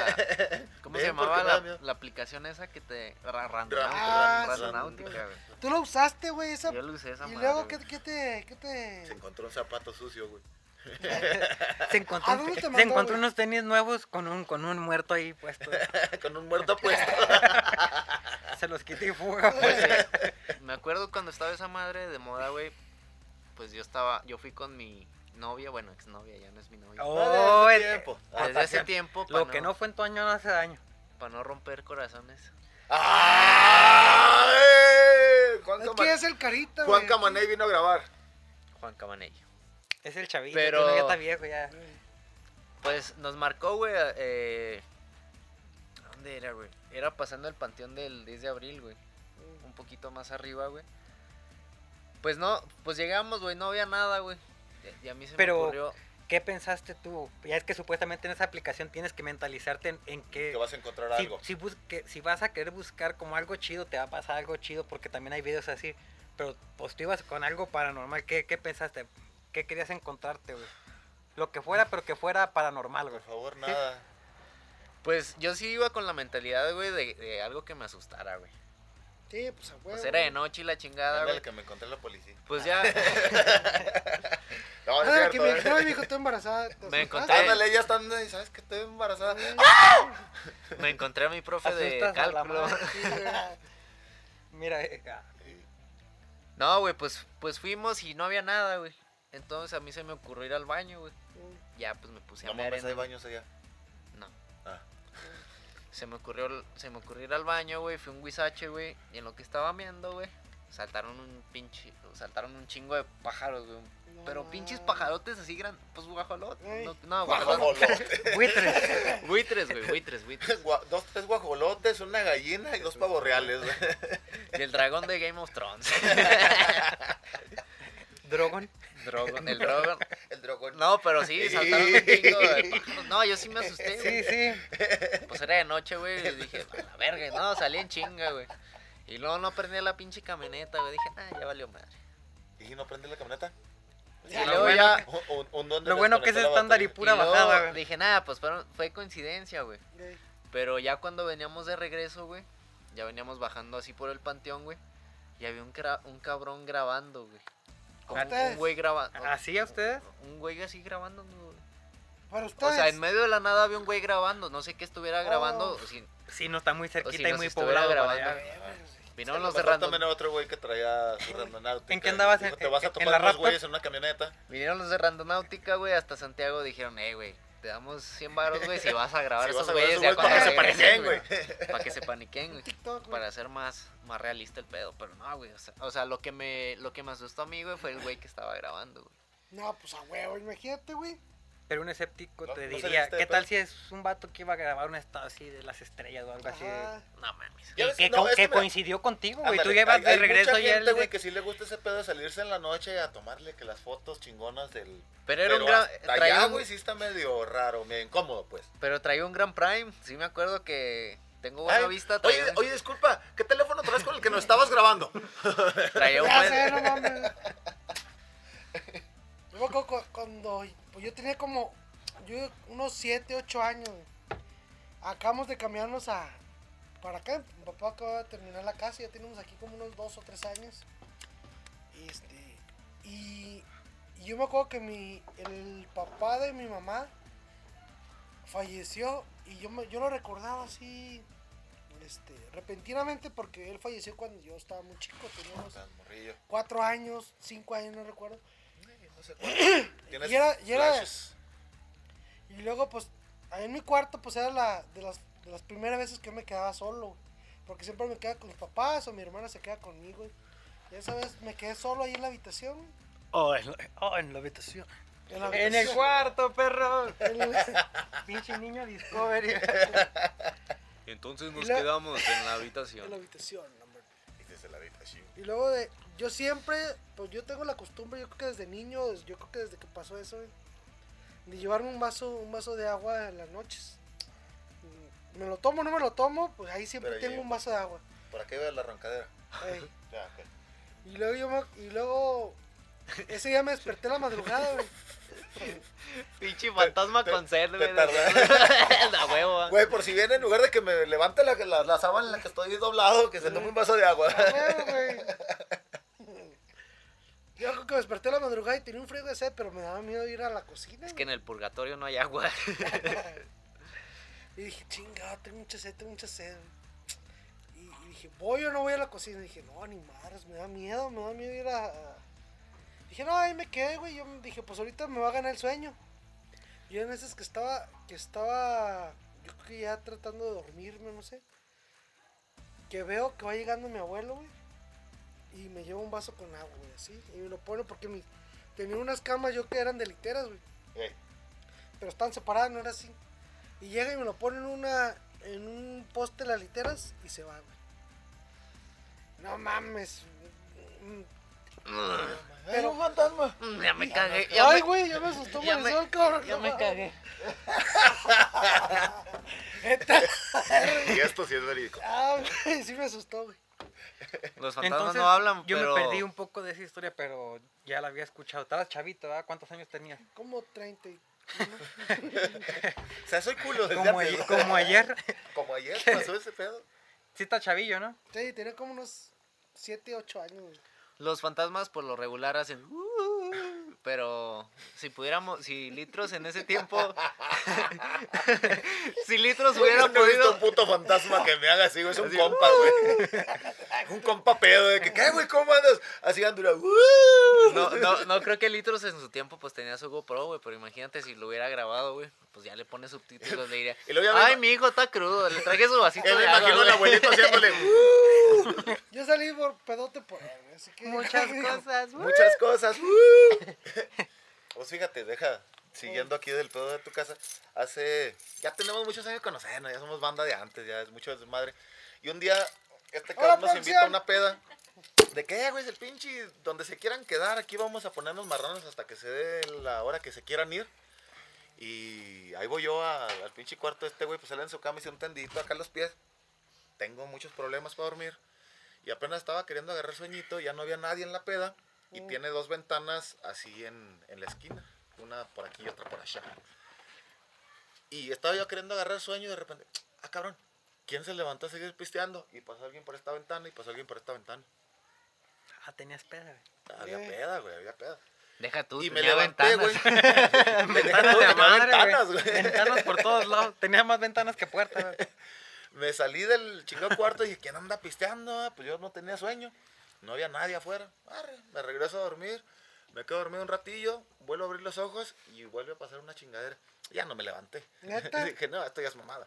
[SPEAKER 3] cómo se
[SPEAKER 1] Ven,
[SPEAKER 3] llamaba
[SPEAKER 1] porque me da
[SPEAKER 3] la,
[SPEAKER 1] miedo.
[SPEAKER 3] la aplicación esa que te.
[SPEAKER 4] Ah,
[SPEAKER 3] Randonáutica,
[SPEAKER 4] sí,
[SPEAKER 3] Randonáutica, güey.
[SPEAKER 4] Tú lo usaste, güey, esa.
[SPEAKER 3] Yo lo usé esa
[SPEAKER 4] y
[SPEAKER 3] madre,
[SPEAKER 4] luego,
[SPEAKER 3] güey.
[SPEAKER 4] ¿qué, qué te.? Qué
[SPEAKER 1] Se
[SPEAKER 4] te...
[SPEAKER 1] encontró un zapato sucio, güey. <laughs>
[SPEAKER 2] Se
[SPEAKER 4] ¿A
[SPEAKER 2] encontró,
[SPEAKER 4] dónde te
[SPEAKER 2] se
[SPEAKER 4] mandó,
[SPEAKER 2] encontró
[SPEAKER 4] güey?
[SPEAKER 2] unos tenis nuevos con un, con un muerto ahí <laughs> puesto.
[SPEAKER 1] Con un muerto
[SPEAKER 4] <laughs>
[SPEAKER 1] puesto.
[SPEAKER 2] Se los quité y fuga, güey.
[SPEAKER 3] Pues, eh, <laughs> me acuerdo cuando estaba esa madre de moda, güey. Pues yo estaba, yo fui con mi novia, bueno, exnovia, ya no es mi novia.
[SPEAKER 2] Oh,
[SPEAKER 1] Desde
[SPEAKER 2] el-
[SPEAKER 4] eh,
[SPEAKER 1] hace tiempo.
[SPEAKER 3] Desde hace tiempo, para
[SPEAKER 2] Lo que no fue en tu año no hace daño.
[SPEAKER 3] pa' no romper corazones.
[SPEAKER 1] Ah, ¡Ay! Juan,
[SPEAKER 4] Es
[SPEAKER 1] Cama-
[SPEAKER 4] que es el carita,
[SPEAKER 1] Juan
[SPEAKER 4] güey.
[SPEAKER 1] Camaney vino a grabar.
[SPEAKER 3] Juan Cabanello.
[SPEAKER 2] Es el chavito,
[SPEAKER 3] Pero-
[SPEAKER 2] tú no, ya está viejo ya.
[SPEAKER 3] Pues nos marcó, güey, eh, ¿Dónde era, güey? Era pasando el panteón del 10 de abril, güey. Un poquito más arriba, güey. Pues no, pues llegamos, güey, no había nada, güey. Y- Y a mí se
[SPEAKER 2] Pero-
[SPEAKER 3] me ocurrió...
[SPEAKER 2] ¿Qué pensaste tú? Ya es que supuestamente en esa aplicación tienes que mentalizarte en, en qué...
[SPEAKER 1] Que vas a encontrar
[SPEAKER 2] si,
[SPEAKER 1] algo.
[SPEAKER 2] si bus- que- si vas a querer buscar como algo chido, te va a pasar algo chido porque también hay videos así. Pero pues tú ibas con algo paranormal. ¿Qué, qué pensaste? ¿Qué querías encontrarte, güey? Lo que fuera, pero que fuera paranormal,
[SPEAKER 1] Por
[SPEAKER 2] güey.
[SPEAKER 1] favor, nada.
[SPEAKER 3] Pues yo sí iba con la mentalidad, güey, de, de algo que me asustara, güey.
[SPEAKER 4] Sí, pues a huevo.
[SPEAKER 3] Pues era de noche y la chingada,
[SPEAKER 1] Ándale,
[SPEAKER 3] güey.
[SPEAKER 1] que me encontré la policía.
[SPEAKER 2] <laughs>
[SPEAKER 3] Pues ya
[SPEAKER 1] No, no es
[SPEAKER 4] Ah, que
[SPEAKER 1] cierto,
[SPEAKER 4] me
[SPEAKER 1] ¿eh?
[SPEAKER 4] dijeron, me dijo, estoy embarazada. ¿te
[SPEAKER 3] Me
[SPEAKER 4] asustaste?"
[SPEAKER 3] encontré-
[SPEAKER 1] Ándale, ya están, ay, ¿sabes que estoy embarazada? Ah,
[SPEAKER 3] me encontré a mi profe de
[SPEAKER 2] Asustas a la
[SPEAKER 3] cálculo.
[SPEAKER 2] madre.
[SPEAKER 4] Sí, güey.
[SPEAKER 2] Mira, eh, ah,
[SPEAKER 3] No, güey, pues, pues fuimos y no había nada, güey. Entonces a mí se me ocurrió ir al baño, güey. Ya, pues me puse a
[SPEAKER 1] No
[SPEAKER 3] mear
[SPEAKER 1] mames,
[SPEAKER 3] en
[SPEAKER 1] hay
[SPEAKER 3] el-
[SPEAKER 1] baños allá. <laughs>
[SPEAKER 3] No.
[SPEAKER 1] Ah.
[SPEAKER 3] Se me ocurrió, se me ocurrió ir al baño, güey. Fui un guisache, güey. Y en lo que estaba meando, güey, saltaron un pinche, saltaron un chingo de pájaros, güey.
[SPEAKER 4] No
[SPEAKER 3] Pero
[SPEAKER 4] mames.
[SPEAKER 3] pinches pajarotes así gran, pues guajolot.
[SPEAKER 4] Ey.
[SPEAKER 3] No, no
[SPEAKER 1] Guajolote.
[SPEAKER 3] guajolot.
[SPEAKER 2] <laughs> buitres.
[SPEAKER 3] <laughs> Buitres, güey, buitres, buitres.
[SPEAKER 1] Gua- dos, tres guajolotes, una gallina y dos pavos reales. güey.
[SPEAKER 2] <laughs>
[SPEAKER 3] Y el dragón de Game of
[SPEAKER 1] <laughs>
[SPEAKER 3] Thrones.
[SPEAKER 2] Drogon.
[SPEAKER 3] Drogon, el Drogon.
[SPEAKER 1] El dragón.
[SPEAKER 3] No, pero sí, saltaron un chingo de pájaros. No, yo sí me asusté,
[SPEAKER 2] Sí,
[SPEAKER 3] güey.
[SPEAKER 2] sí.
[SPEAKER 3] Pues era de noche, güey. Y dije, a la verga. y No, salí en chinga, güey. Y luego no prendí la pinche camioneta, güey. Dije, ah, ya valió madre.
[SPEAKER 1] ¿Y no prende la camioneta?
[SPEAKER 3] Y
[SPEAKER 2] lo
[SPEAKER 3] luego
[SPEAKER 2] bueno-
[SPEAKER 3] ya.
[SPEAKER 1] Un- un- un duende
[SPEAKER 2] Lo bueno que es
[SPEAKER 1] desconectó la
[SPEAKER 2] estándar y
[SPEAKER 1] batería.
[SPEAKER 2] pura
[SPEAKER 3] y luego
[SPEAKER 2] bajada, güey.
[SPEAKER 3] Dije, nada, pues fueron- fue coincidencia, güey.
[SPEAKER 4] Ey,
[SPEAKER 3] Pero ya cuando veníamos de regreso, güey. Ya veníamos bajando así por el panteón, güey. Y había un, cra- un cabrón grabando, güey. Como
[SPEAKER 4] ¿Ustedes?
[SPEAKER 3] un güey grabando.
[SPEAKER 2] ¿Así a ustedes?
[SPEAKER 3] Un güey así grabando, güey.
[SPEAKER 4] Para ustedes.
[SPEAKER 3] O sea, en medio de la nada había un güey grabando. No sé qué estuviera grabando.
[SPEAKER 4] Oh.
[SPEAKER 3] o si-
[SPEAKER 2] Sí, no está muy cerquita
[SPEAKER 3] Pues si
[SPEAKER 2] y
[SPEAKER 3] nos
[SPEAKER 2] muy
[SPEAKER 3] estuviera
[SPEAKER 2] poblado. para
[SPEAKER 3] grabando.
[SPEAKER 2] allá, güey.
[SPEAKER 1] A
[SPEAKER 3] vinieron
[SPEAKER 1] lo
[SPEAKER 3] los de
[SPEAKER 1] mejor
[SPEAKER 3] random-
[SPEAKER 1] también era otro güey que traía su randonáutica.
[SPEAKER 2] ¿En qué andabas?
[SPEAKER 1] Dijo,
[SPEAKER 2] ¿En-
[SPEAKER 1] Te vas a
[SPEAKER 2] en- en
[SPEAKER 1] topar
[SPEAKER 2] la
[SPEAKER 1] unos
[SPEAKER 2] Raptor?
[SPEAKER 1] güeyes en una camioneta.
[SPEAKER 3] Vinieron los de Randonáutica, güey, hasta Santiago dijeron, eh, güey, te damos 100 baros, güey,
[SPEAKER 1] <laughs>
[SPEAKER 3] si vas a grabar
[SPEAKER 1] Si
[SPEAKER 3] esos
[SPEAKER 1] vas a grabar
[SPEAKER 3] güeyes
[SPEAKER 1] esos
[SPEAKER 3] ya
[SPEAKER 1] güeyes para que se
[SPEAKER 3] cuando
[SPEAKER 1] paniquen, güey.
[SPEAKER 3] regresen, Para que se paniquen, güey.
[SPEAKER 4] TikTok, güey.
[SPEAKER 3] Para hacer más, más realista el pedo, pero no, güey. O sea, o sea, lo que me lo que me asustó a mí, güey, fue el güey que estaba grabando, güey.
[SPEAKER 4] No, pues a huevo, imagínate, güey.
[SPEAKER 2] Pero un escéptico
[SPEAKER 1] No,
[SPEAKER 2] te
[SPEAKER 1] no se
[SPEAKER 2] diría,
[SPEAKER 1] viste,
[SPEAKER 2] ¿qué
[SPEAKER 1] pero-
[SPEAKER 2] tal si es un vato que iba a grabar una estado así de las estrellas o algo así? de-
[SPEAKER 4] Ajá.
[SPEAKER 3] No mames.
[SPEAKER 1] Ya
[SPEAKER 2] Y
[SPEAKER 1] ves,
[SPEAKER 2] que,
[SPEAKER 1] no,
[SPEAKER 2] co-
[SPEAKER 1] es
[SPEAKER 2] que
[SPEAKER 1] que mira,
[SPEAKER 2] coincidió contigo, güey. Tú
[SPEAKER 1] Ándale,
[SPEAKER 2] llevas
[SPEAKER 1] hay-
[SPEAKER 2] de
[SPEAKER 1] hay
[SPEAKER 2] regreso
[SPEAKER 1] mucha
[SPEAKER 2] y él.
[SPEAKER 1] gente, güey,
[SPEAKER 2] güey,
[SPEAKER 1] que sí le gusta ese pedo de salirse en la noche a tomarle que las fotos chingonas del...
[SPEAKER 3] Pero era un
[SPEAKER 1] Pero
[SPEAKER 3] gran.
[SPEAKER 1] hasta
[SPEAKER 3] traía
[SPEAKER 1] allá,
[SPEAKER 3] un-
[SPEAKER 1] güey, sí está medio raro, medio incómodo, pues.
[SPEAKER 3] Pero traía un gran prime. Sí me acuerdo que tengo buena
[SPEAKER 1] Ay,
[SPEAKER 3] vista.
[SPEAKER 1] Oye,
[SPEAKER 3] Traía,
[SPEAKER 1] oye, disculpa, ¿qué teléfono traes con el que nos estabas
[SPEAKER 3] <laughs>
[SPEAKER 1] grabando?
[SPEAKER 3] traía
[SPEAKER 4] <laughs>
[SPEAKER 3] un
[SPEAKER 4] Ya
[SPEAKER 3] buen-
[SPEAKER 4] sé, no mames. Yo me acuerdo cu- cuando pues yo tenía como yo unos 7, 8 años. güey. Acabamos de cambiarnos a para acá. Mi papá acaba de terminar la casa, ya tenemos aquí como unos 2 o 3 años. Este, y, y yo me acuerdo que mi el papá de mi mamá falleció y yo me, yo lo recordaba así este, repentinamente porque él falleció cuando yo estaba muy chico, teníamos
[SPEAKER 1] Tan morrillo.
[SPEAKER 4] cuatro años, cinco años, no recuerdo.
[SPEAKER 1] No sé cuánto. <coughs> ¿Tienes
[SPEAKER 4] Y era- y era-
[SPEAKER 1] flashes?
[SPEAKER 4] Y luego, pues, ahí en mi cuarto, pues era la, de, las, de las primeras veces que yo me quedaba solo. Porque siempre me quedaba con mis papás o mi hermana se queda conmigo. Y esa vez me quedé solo ahí en la habitación.
[SPEAKER 2] Oh, en, la- oh, en la habitación.
[SPEAKER 4] En, la
[SPEAKER 2] En el
[SPEAKER 4] habitación.
[SPEAKER 2] cuarto,
[SPEAKER 1] <laughs>
[SPEAKER 2] perro.
[SPEAKER 4] En la-
[SPEAKER 2] Pinche niño Discovery.
[SPEAKER 3] Entonces
[SPEAKER 4] Y
[SPEAKER 3] nos
[SPEAKER 4] la-
[SPEAKER 3] quedamos en la
[SPEAKER 4] en
[SPEAKER 3] habitación.
[SPEAKER 4] la habitación, hombre.
[SPEAKER 1] Y desde la habitación.
[SPEAKER 4] Y luego de, yo siempre, pues yo tengo la costumbre, yo creo que desde niño, yo creo que desde que pasó eso, güey, de llevarme un vaso, un vaso de agua en las noches. Mm, Me lo tomo, no me lo tomo, pues ahí siempre
[SPEAKER 1] Pero
[SPEAKER 4] tengo
[SPEAKER 1] ahí-
[SPEAKER 4] un vaso
[SPEAKER 1] <laughs>
[SPEAKER 4] de agua.
[SPEAKER 1] ¿Por aquí veo la roncadera?
[SPEAKER 4] Ey,
[SPEAKER 1] Ya, ok.
[SPEAKER 4] Y luego yo me- y luego ese día me desperté en la madrugada,
[SPEAKER 1] <laughs>
[SPEAKER 4] güey.
[SPEAKER 3] <laughs> Pinche fantasma
[SPEAKER 1] te-
[SPEAKER 3] con sed, güey. <laughs>
[SPEAKER 1] tardas.
[SPEAKER 3] La huevo.
[SPEAKER 1] Güey, por si viene, en lugar de que me levante la, la, la sábana en la que estoy doblado, que se tome un vaso de agua.
[SPEAKER 4] A huevo, güey. Yo creo que me desperté en la madrugada y tenía un frío de sed, pero me daba miedo ir a la cocina.
[SPEAKER 3] Es que en el purgatorio no hay agua.
[SPEAKER 4] Y dije, chingado, tengo mucha sed, tengo mucha sed. Y, y dije, ¿voy o no voy a la cocina? Y dije, no, ni madres, me da miedo, me da miedo ir a. a-". Dije, no, ahí me quedé, güey. Yo dije, pues ahorita me va a ganar el sueño. Yo en esas que estaba, que estaba, yo creo que ya tratando de dormirme, no sé. Que veo que va llegando mi abuelo, güey. Y me lleva un vaso con agua, güey, así. Y me lo pone porque mi, tenía unas camas yo que eran de literas, güey
[SPEAKER 1] <laughs> Ey,
[SPEAKER 4] pero están separadas, no era así. Y llega y me lo pone en una en un poste las literas y se va, güey. No mames. Mm,
[SPEAKER 1] ¡Ey, un fantasma!
[SPEAKER 3] Mm, Ya me cagué. Ya
[SPEAKER 4] Ay,
[SPEAKER 3] me,
[SPEAKER 4] güey, ya me asustó
[SPEAKER 3] ya me-
[SPEAKER 4] Marisol, cabrón.
[SPEAKER 3] ya
[SPEAKER 4] no
[SPEAKER 3] me
[SPEAKER 4] mames.
[SPEAKER 3] cagué.
[SPEAKER 4] <laughs> Neta.
[SPEAKER 1] Y esto sí es verídico.
[SPEAKER 4] Ah, güey, sí me asustó, güey.
[SPEAKER 3] Los fantasmas
[SPEAKER 2] Entonces,
[SPEAKER 3] no hablan,
[SPEAKER 2] yo
[SPEAKER 3] pero-
[SPEAKER 2] me perdí un poco de esa historia, pero ya la había escuchado. Estabas chavito, ¿verdad? ¿Cuántos años tenías?
[SPEAKER 4] Como 30 y...
[SPEAKER 1] O sea, soy culo desde
[SPEAKER 2] Como,
[SPEAKER 1] antes,
[SPEAKER 2] ayer-
[SPEAKER 1] ¿no?
[SPEAKER 2] como ayer.
[SPEAKER 1] <laughs> Como ayer pasó ese pedo.
[SPEAKER 2] Sí está chavillo, ¿no?
[SPEAKER 4] Sí, tenía como unos 7, 8 años, güey.
[SPEAKER 3] Los fantasmas por lo regular hacen. uh, Pero si pudiéramos, si litros en ese tiempo. <laughs> si litros
[SPEAKER 1] Güey, yo
[SPEAKER 3] hubiera
[SPEAKER 1] no he visto un
[SPEAKER 3] podido.
[SPEAKER 1] puto fantasma que me haga así, güey. Es un compa, güey.
[SPEAKER 3] ¡uh!
[SPEAKER 1] <laughs> Un compa pedo de que, ¿qué, güey? ¿Cómo andas? Así "¡Uh!". andura.
[SPEAKER 3] No, no, no creo que litros en su tiempo pues tenía su GoPro, güey. Pero imagínate si lo hubiera grabado, güey. Pues ya le pone subtítulos, le diría.
[SPEAKER 1] Y luego ya me
[SPEAKER 3] Ay,
[SPEAKER 1] ima-
[SPEAKER 3] mi hijo está crudo. Le traje su
[SPEAKER 1] Ya
[SPEAKER 3] vasito
[SPEAKER 1] me
[SPEAKER 3] de agua,
[SPEAKER 1] imagino al
[SPEAKER 3] güey". <laughs>
[SPEAKER 1] abuelito haciéndole "Uh,
[SPEAKER 4] Yo salí por pedote por él, güey, así que... <laughs>
[SPEAKER 2] Muchas cosas.
[SPEAKER 1] muchas cosas. Pues fíjate, deja, siguiendo aquí del pedo de tu casa, hace, ya tenemos muchos años de conocernos, ya somos banda de antes, ya es mucho desmadre. Y un día, este
[SPEAKER 4] Hola,
[SPEAKER 1] cabrón nos invita a
[SPEAKER 4] producción.
[SPEAKER 1] una peda. ¿De qué, güey? Es el pinche, donde se quieran quedar, aquí vamos a ponernos marranos hasta que se dé la hora que se quieran ir. Y ahí voy yo a- al pinche cuarto de este güey, pues sale en su cama y se un tendidito acá en los pies. Tengo muchos problemas para dormir. Y apenas estaba queriendo agarrar sueñito, ya no había nadie en la peda. Y
[SPEAKER 4] Mm.
[SPEAKER 1] tiene dos ventanas así en, en la esquina. Una por aquí y otra por allá. Y estaba yo queriendo agarrar sueño y de repente, ah, cabrón, ¿quién se levantó a seguir pisteando? Y pasó alguien por esta ventana y pasó alguien por esta ventana.
[SPEAKER 2] Ah, tenías peda, güey.
[SPEAKER 1] Había
[SPEAKER 4] Eh.
[SPEAKER 1] peda, güey, había peda.
[SPEAKER 3] Deja tú,
[SPEAKER 1] y me
[SPEAKER 3] tenía
[SPEAKER 1] levanté, güey.
[SPEAKER 2] <laughs>
[SPEAKER 3] ventanas.
[SPEAKER 1] Me
[SPEAKER 2] Ventanas
[SPEAKER 1] levanté,
[SPEAKER 2] de
[SPEAKER 1] tenía
[SPEAKER 2] madre,
[SPEAKER 1] ventanas,
[SPEAKER 2] güey.
[SPEAKER 1] güey.
[SPEAKER 2] Ventanas por todos lados. Tenía más ventanas que puertas, güey.
[SPEAKER 1] Me salí del chingado cuarto y dije, ¿quién anda pisteando? ah? Pues yo no tenía sueño. No había nadie afuera. Arre, me regreso a dormir. Me quedo dormido un ratillo. Vuelvo a abrir los ojos y vuelve a pasar una chingadera. Ya no me levanté. <laughs>
[SPEAKER 4] ¿Neta?
[SPEAKER 1] dije, no, esto ya es mamada.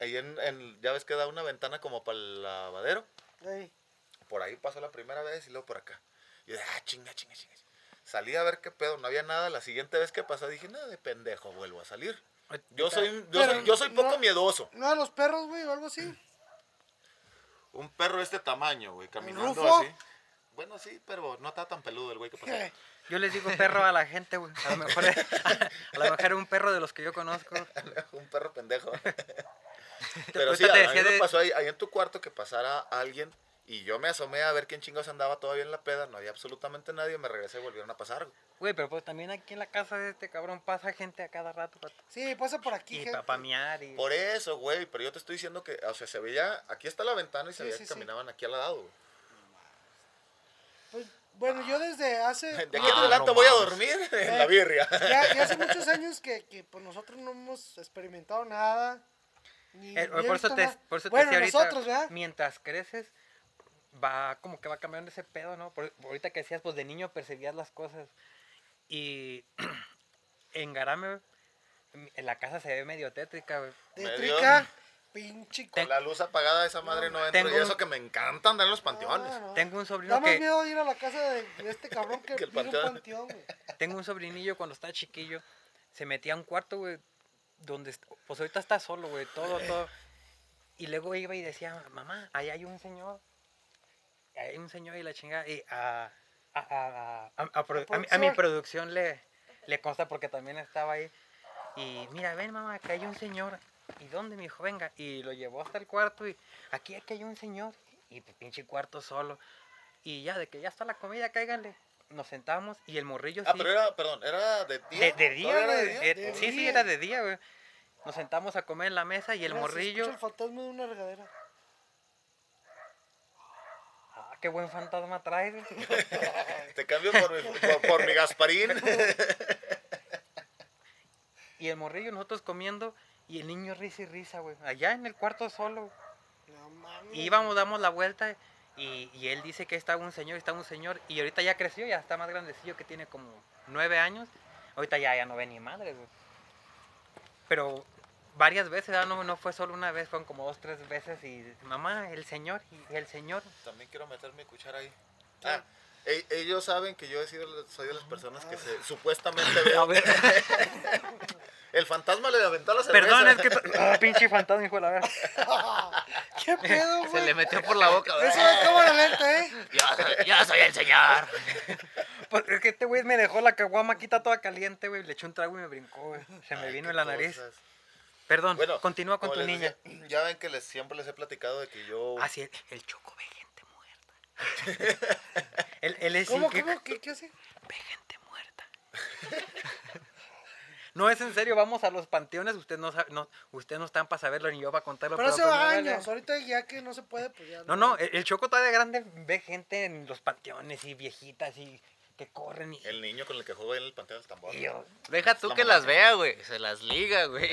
[SPEAKER 1] Ahí en, en- ya ves que da una ventana como para el lavadero.
[SPEAKER 4] Ey,
[SPEAKER 1] Por ahí pasó la primera vez y luego por acá. Y yo, ah, chinga, chinga, chinga. Salí a ver qué pedo, no había nada. La siguiente vez que pasó dije, no, de pendejo, vuelvo a salir. Yo soy, un- yo
[SPEAKER 4] Pero
[SPEAKER 1] soy, yo soy poco
[SPEAKER 4] no-
[SPEAKER 1] miedoso.
[SPEAKER 4] ¿No a los perros, güey, o algo así? <laughs>
[SPEAKER 1] Un perro de este tamaño, güey, caminando
[SPEAKER 4] ¿Rufo?
[SPEAKER 1] así. Bueno, sí, pero no está tan peludo el güey que pasó.
[SPEAKER 4] <laughs>
[SPEAKER 1] <laughs>
[SPEAKER 2] Yo les digo perro a la gente, güey. A lo mejor, <laughs> a lo mejor un perro de los que yo conozco.
[SPEAKER 1] un perro
[SPEAKER 2] <laughs>
[SPEAKER 1] pendejo. pero sí, a,
[SPEAKER 2] Ahorita te
[SPEAKER 1] a mí
[SPEAKER 2] decía
[SPEAKER 1] me
[SPEAKER 2] de-
[SPEAKER 1] pasó ahí, ahí en tu cuarto que pasara alguien y yo me asomé a ver quién chingados andaba todavía en la peda. No había absolutamente nadie. Me regresé y volvieron a pasar. güey.
[SPEAKER 2] Güey, pero pues también aquí en la casa de este cabrón pasa gente a cada rato. vato.
[SPEAKER 4] Sí, pasa por aquí,
[SPEAKER 2] Y
[SPEAKER 4] gente.
[SPEAKER 2] papamear y...
[SPEAKER 1] Por eso, güey. Pero yo te estoy diciendo que, o sea, se veía. Aquí está la ventana y se
[SPEAKER 4] Sí,
[SPEAKER 1] veía
[SPEAKER 4] sí,
[SPEAKER 1] que
[SPEAKER 4] sí.
[SPEAKER 1] caminaban aquí al lado. güey.
[SPEAKER 4] Pues, bueno, yo desde hace...
[SPEAKER 1] <laughs> De
[SPEAKER 4] no,
[SPEAKER 1] aquí en
[SPEAKER 3] no
[SPEAKER 1] adelante voy a
[SPEAKER 3] mames.
[SPEAKER 1] dormir <laughs> en
[SPEAKER 2] Eh,
[SPEAKER 1] la birria.
[SPEAKER 4] ya, ya hace muchos años que, que, pues, nosotros no hemos experimentado nada. ni-
[SPEAKER 2] Eh,
[SPEAKER 4] ni
[SPEAKER 2] por
[SPEAKER 4] he
[SPEAKER 2] eso
[SPEAKER 4] visto
[SPEAKER 2] te,
[SPEAKER 4] nada.
[SPEAKER 2] por eso te
[SPEAKER 4] bueno,
[SPEAKER 2] decía ahorita,
[SPEAKER 4] nosotros, ¿verdad?
[SPEAKER 2] mientras creces, va como que va cambiando ese pedo, ¿no? Por- ahorita que decías, pues de niño percibías las cosas. Y <clears throat> en Garame, güey, en la casa se ve medio tétrica, güey.
[SPEAKER 4] De
[SPEAKER 1] Me dio-
[SPEAKER 4] trica. pinche
[SPEAKER 1] Con la luz apagada esa madre no entra.
[SPEAKER 2] Tengo
[SPEAKER 1] Y
[SPEAKER 2] un-
[SPEAKER 1] eso que me encanta andar en los panteones.
[SPEAKER 4] Ah, no.
[SPEAKER 2] Tengo un
[SPEAKER 4] Da
[SPEAKER 2] sobrino
[SPEAKER 4] más
[SPEAKER 2] que.
[SPEAKER 4] miedo ir a la casa de, de este cabrón
[SPEAKER 1] <laughs>
[SPEAKER 4] que,
[SPEAKER 1] Que el
[SPEAKER 4] vive en
[SPEAKER 1] panteón.
[SPEAKER 4] panteón, güey.
[SPEAKER 2] Tengo un sobrinillo cuando estaba chiquillo. Se metía a un cuarto, güey. Donde. est- Pues ahorita está solo, güey. Todo,
[SPEAKER 4] Eh.
[SPEAKER 2] todo. Y luego iba y decía, mamá, ahí hay un señor. Ahí hay un señor y la chingada. Y a. A, a- a- a- a produ- a mi- a mi
[SPEAKER 4] Producción.
[SPEAKER 2] producción le, le consta porque también estaba ahí. Y mira, ven, mamá, que hay un señor. ¿Y dónde, mi hijo? Venga. Y lo llevó hasta el cuarto y aquí, aquí hay un señor. Y pues, pinche cuarto solo. Y ya, de que ya está la comida, cáiganle. Nos sentamos y el morrillo
[SPEAKER 1] Ah,
[SPEAKER 2] sí.
[SPEAKER 1] pero era, perdón, era de día.
[SPEAKER 2] De, de
[SPEAKER 1] ¿Todavía
[SPEAKER 2] día,
[SPEAKER 1] era de
[SPEAKER 2] güey.
[SPEAKER 1] día?
[SPEAKER 2] Eh,
[SPEAKER 4] De
[SPEAKER 2] sí, sí,
[SPEAKER 4] día.
[SPEAKER 2] era de día, güey. Nos sentamos a comer en la mesa y el
[SPEAKER 4] Mira, se
[SPEAKER 2] morrillo.
[SPEAKER 4] escucha el fantasma de una regadera.
[SPEAKER 2] Ah, qué buen fantasma traes, güey.
[SPEAKER 1] Te cambio por mi, por, por mi
[SPEAKER 2] <laughs>
[SPEAKER 1] Gasparín.
[SPEAKER 2] Y el morrillo, nosotros comiendo. Y el niño risa y risa, güey. Allá en el cuarto solo. güey.
[SPEAKER 4] No mames.
[SPEAKER 2] Y íbamos, damos la vuelta. Y, y él dice que está un señor, está un señor. Y ahorita ya creció, ya está más grandecillo, que tiene como nueve años. Ahorita ya, ya no ve ni madre, güey. Pero varias veces, ah, no, no fue solo una vez, fueron como dos, tres veces. Y mamá, el señor, y el señor.
[SPEAKER 1] También <laughs> quiero meter mi cuchara ahí. Ah, e- ellos saben que yo he sido- soy de las personas
[SPEAKER 2] Ah.
[SPEAKER 1] que se, supuestamente
[SPEAKER 2] A
[SPEAKER 1] veo.
[SPEAKER 2] <laughs> ver.
[SPEAKER 1] El fantasma le aventó la cerveza.
[SPEAKER 2] Perdón, es
[SPEAKER 1] <laughs>
[SPEAKER 2] que. Ah, pinche fantasma, hijo de la verga.
[SPEAKER 4] ¿Qué
[SPEAKER 2] <laughs>
[SPEAKER 4] pedo,
[SPEAKER 3] Se
[SPEAKER 4] güey?
[SPEAKER 3] le metió por la boca, güey.
[SPEAKER 4] Eso es cámara lenta, ¿eh?
[SPEAKER 3] Yo, soy- yo soy el <laughs> señor.
[SPEAKER 2] Pues es que este güey me dejó la caguama aquí está toda caliente, güey. Le echó un trago y me brincó, güey. Se me
[SPEAKER 1] Ay,
[SPEAKER 2] vino
[SPEAKER 1] qué
[SPEAKER 2] en la nariz.
[SPEAKER 1] cosas.
[SPEAKER 2] Perdón,
[SPEAKER 1] Bueno,
[SPEAKER 2] continúa con
[SPEAKER 1] como
[SPEAKER 2] tu
[SPEAKER 1] les
[SPEAKER 2] niña. Ah,
[SPEAKER 1] decía, ya ven que les, siempre les he platicado de que yo.
[SPEAKER 2] Así el, el choco ve gente muerta.
[SPEAKER 4] <laughs>
[SPEAKER 2] él, él es
[SPEAKER 4] ¿Cómo,
[SPEAKER 2] psíquico,
[SPEAKER 4] cómo? ¿Qué, qué hace?
[SPEAKER 2] ve gente muerta. <laughs> no es en serio, vamos a los panteones. Usted no sabe, no, usted no están para saberlo ni yo para contarlo.
[SPEAKER 4] Pero hace
[SPEAKER 2] pues,
[SPEAKER 4] años.
[SPEAKER 2] dale.
[SPEAKER 4] Ahorita ya que no se puede, pues ya.
[SPEAKER 2] No, no, el, el choco todavía grande ve gente en los panteones y viejitas y que corren y.
[SPEAKER 1] El niño con el que juego en el panteón del tambor.
[SPEAKER 2] y yo,
[SPEAKER 3] Deja tú
[SPEAKER 1] La
[SPEAKER 3] que
[SPEAKER 1] mamá.
[SPEAKER 3] las vea, güey. Se las liga, <laughs> güey.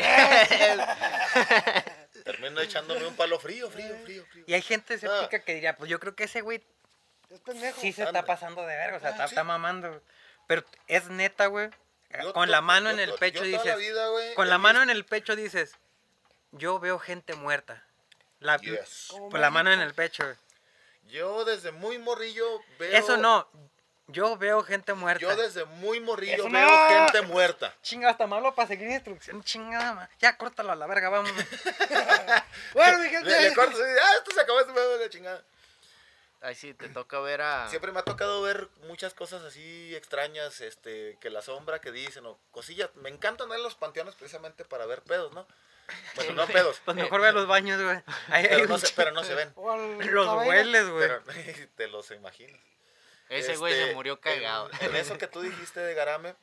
[SPEAKER 1] Termino echándome un palo frío, frío, frío, frío.
[SPEAKER 2] Y hay gente escéptica
[SPEAKER 1] Ah.
[SPEAKER 2] que diría, pues yo creo que ese güey
[SPEAKER 4] Es pendejo.
[SPEAKER 2] sí se está
[SPEAKER 1] Anda.
[SPEAKER 2] pasando de verga, o sea,
[SPEAKER 1] Ah,
[SPEAKER 2] está,
[SPEAKER 1] sí.
[SPEAKER 2] está mamando. Pero es neta, güey.
[SPEAKER 1] Yo
[SPEAKER 2] Ah, Con la
[SPEAKER 1] to-
[SPEAKER 2] mano
[SPEAKER 1] yo
[SPEAKER 2] en el
[SPEAKER 1] to-
[SPEAKER 2] pecho
[SPEAKER 1] yo toda la
[SPEAKER 2] dices,
[SPEAKER 1] vida, güey,
[SPEAKER 2] con
[SPEAKER 1] he
[SPEAKER 2] la mano en el pecho dices, yo veo gente muerta. La,
[SPEAKER 1] visto- Yes.
[SPEAKER 4] Como
[SPEAKER 2] Con la
[SPEAKER 4] Magic
[SPEAKER 2] mano en
[SPEAKER 4] Mike.
[SPEAKER 2] el pecho. güey.
[SPEAKER 1] Yo desde muy morrillo veo.
[SPEAKER 2] Eso no, yo veo gente muerta.
[SPEAKER 1] Yo desde muy morrillo
[SPEAKER 2] Eso
[SPEAKER 1] veo
[SPEAKER 2] no.
[SPEAKER 1] gente muerta.
[SPEAKER 2] Chinga, hasta malo para seguir instrucción, chingada, ma. Ya, córtalo a la verga, vamos.
[SPEAKER 1] <laughs>
[SPEAKER 4] Bueno, mi
[SPEAKER 1] Le,
[SPEAKER 4] gente.
[SPEAKER 1] le corto, sí, ah, esto se acabó, este pedo de la chingada.
[SPEAKER 3] Ay, sí, te toca ver
[SPEAKER 2] Ah.
[SPEAKER 3] a.
[SPEAKER 1] Siempre me ha tocado ver muchas cosas así extrañas, este, que la sombra que dicen o cosillas. Me encantan ver los panteones precisamente para ver pedos, ¿no? Bueno,
[SPEAKER 2] <laughs>
[SPEAKER 1] no pedos,
[SPEAKER 2] Pues mejor ve a los baños, güey. Ahí hay
[SPEAKER 1] pero no
[SPEAKER 2] un
[SPEAKER 1] se,
[SPEAKER 2] ch-
[SPEAKER 1] pero no se ven.
[SPEAKER 4] O al
[SPEAKER 2] <laughs> los
[SPEAKER 4] caballo.
[SPEAKER 2] hueles, güey.
[SPEAKER 1] Pero <laughs> te los imaginas.
[SPEAKER 3] Ese güey
[SPEAKER 1] Este,
[SPEAKER 3] se murió cagado.
[SPEAKER 1] En, en eso que tú dijiste de Garame,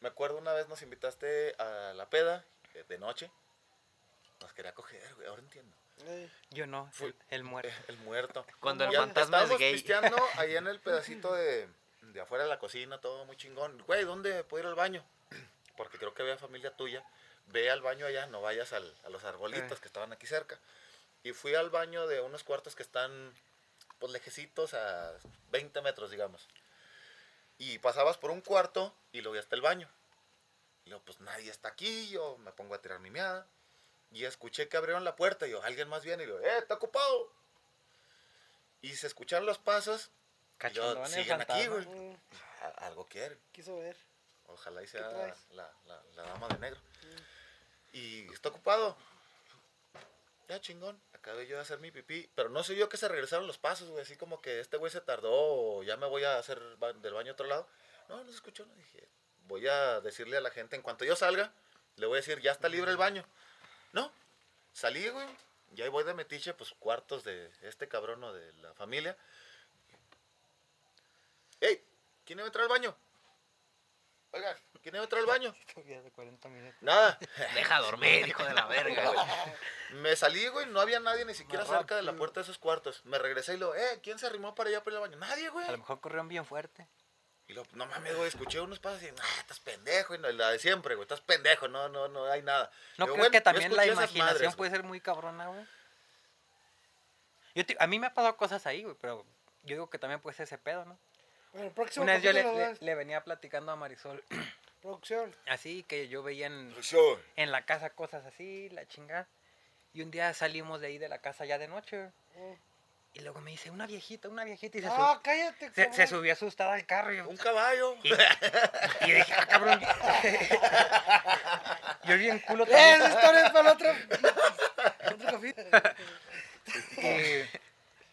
[SPEAKER 1] me acuerdo una vez nos invitaste a la peda eh, de noche. Nos quería coger, güey, ahora entiendo.
[SPEAKER 4] Eh,
[SPEAKER 2] Yo no, el, el muerto.
[SPEAKER 1] El muerto.
[SPEAKER 3] Cuando el
[SPEAKER 1] Ya
[SPEAKER 3] fantasma es
[SPEAKER 1] estábamos
[SPEAKER 3] gay.
[SPEAKER 1] pisteando ahí en el pedacito de, de afuera de la cocina, todo muy chingón. Güey, ¿dónde puedo ir al baño? Porque creo que vea familia tuya. Ve al baño allá, no vayas al- a los arbolitos
[SPEAKER 2] Eh.
[SPEAKER 1] que estaban aquí cerca. Y fui al baño de unos cuartos que están, pues, lejecitos a 20 metros, digamos. Y pasabas por un cuarto y lo vi hasta el baño. Y yo, pues, nadie está aquí. Yo me pongo a tirar mi meada. Y escuché que abrieron la puerta. Y yo, alguien más viene. Y yo, ¡eh, está ocupado! Y se escucharon los pasos. y yo,
[SPEAKER 2] Cachondón, el
[SPEAKER 1] siguen aquí,
[SPEAKER 2] fantasma.
[SPEAKER 1] güey.
[SPEAKER 4] mm,
[SPEAKER 1] A- Algo quieren.
[SPEAKER 4] Quiso ver.
[SPEAKER 1] Ojalá y sea la,
[SPEAKER 4] traes?
[SPEAKER 1] la- la dama de negro. Y está ocupado. Ya chingón. Acabé yo de hacer mi pipí. Pero no sé yo que se regresaron los pasos, güey. Así como que este güey se tardó. o ya me voy a hacer ba- del baño a otro lado. No, no se escuchó. No dije. Voy a decirle a la gente. En cuanto yo salga, le voy a decir, ya está libre el baño. No. Salí, güey. Y ahí voy de metiche, pues cuartos de este cabrón o de la familia. ¡Ey! ¿Quién iba a entrar al baño? Oigan, ¿quién iba a entrar al baño?
[SPEAKER 2] Estúpida de 40 minutos.
[SPEAKER 1] Nada.
[SPEAKER 3] <laughs> Deja dormir, hijo de la verga,
[SPEAKER 1] <laughs>
[SPEAKER 3] güey.
[SPEAKER 1] Me salí, güey, no había nadie ni siquiera
[SPEAKER 2] Más
[SPEAKER 1] cerca de la
[SPEAKER 2] rápido.
[SPEAKER 1] puerta de esos cuartos. Me regresé y lo, eh, ¿quién se arrimó para allá para ir al baño? Nadie, güey.
[SPEAKER 2] A lo mejor corrieron bien fuerte.
[SPEAKER 1] Y lo, no mames, güey, escuché unos pasos y, ah, estás pendejo, y no, la de siempre, güey, estás pendejo, no, no, no hay nada.
[SPEAKER 2] ¿No
[SPEAKER 1] Digo,
[SPEAKER 2] creo
[SPEAKER 1] bueno,
[SPEAKER 2] que
[SPEAKER 1] yo
[SPEAKER 2] también la
[SPEAKER 1] escuché esas
[SPEAKER 2] imaginación
[SPEAKER 1] madres,
[SPEAKER 2] puede ser muy cabrona, güey? Yo te- a mí me ha pasado cosas ahí, güey, pero yo digo que también puede ser ese pedo, ¿no?
[SPEAKER 4] Bueno, el próximo
[SPEAKER 2] Una vez yo le,
[SPEAKER 4] capítulo,
[SPEAKER 2] le-
[SPEAKER 4] ¿verdad?
[SPEAKER 2] le venía platicando a Marisol, <clears throat>
[SPEAKER 4] Producción.
[SPEAKER 2] así que yo veía
[SPEAKER 1] güey.
[SPEAKER 2] en,
[SPEAKER 1] Producción.
[SPEAKER 2] en la casa cosas así, la chingada. Y un día salimos de ahí de la casa ya de noche. güey.
[SPEAKER 4] Mm.
[SPEAKER 2] Y luego me dice, una viejita, una viejita. Y se,
[SPEAKER 4] Ah, cállate,
[SPEAKER 2] sub- se-
[SPEAKER 4] cabrón.
[SPEAKER 2] se subió asustada al carro. y yo,
[SPEAKER 1] Un caballo.
[SPEAKER 2] y, y dije, ah, cabrón. <laughs> yo bien culo
[SPEAKER 4] Eh,
[SPEAKER 2] también.
[SPEAKER 4] esa historia es para otro. otro capítulo.
[SPEAKER 2] Y,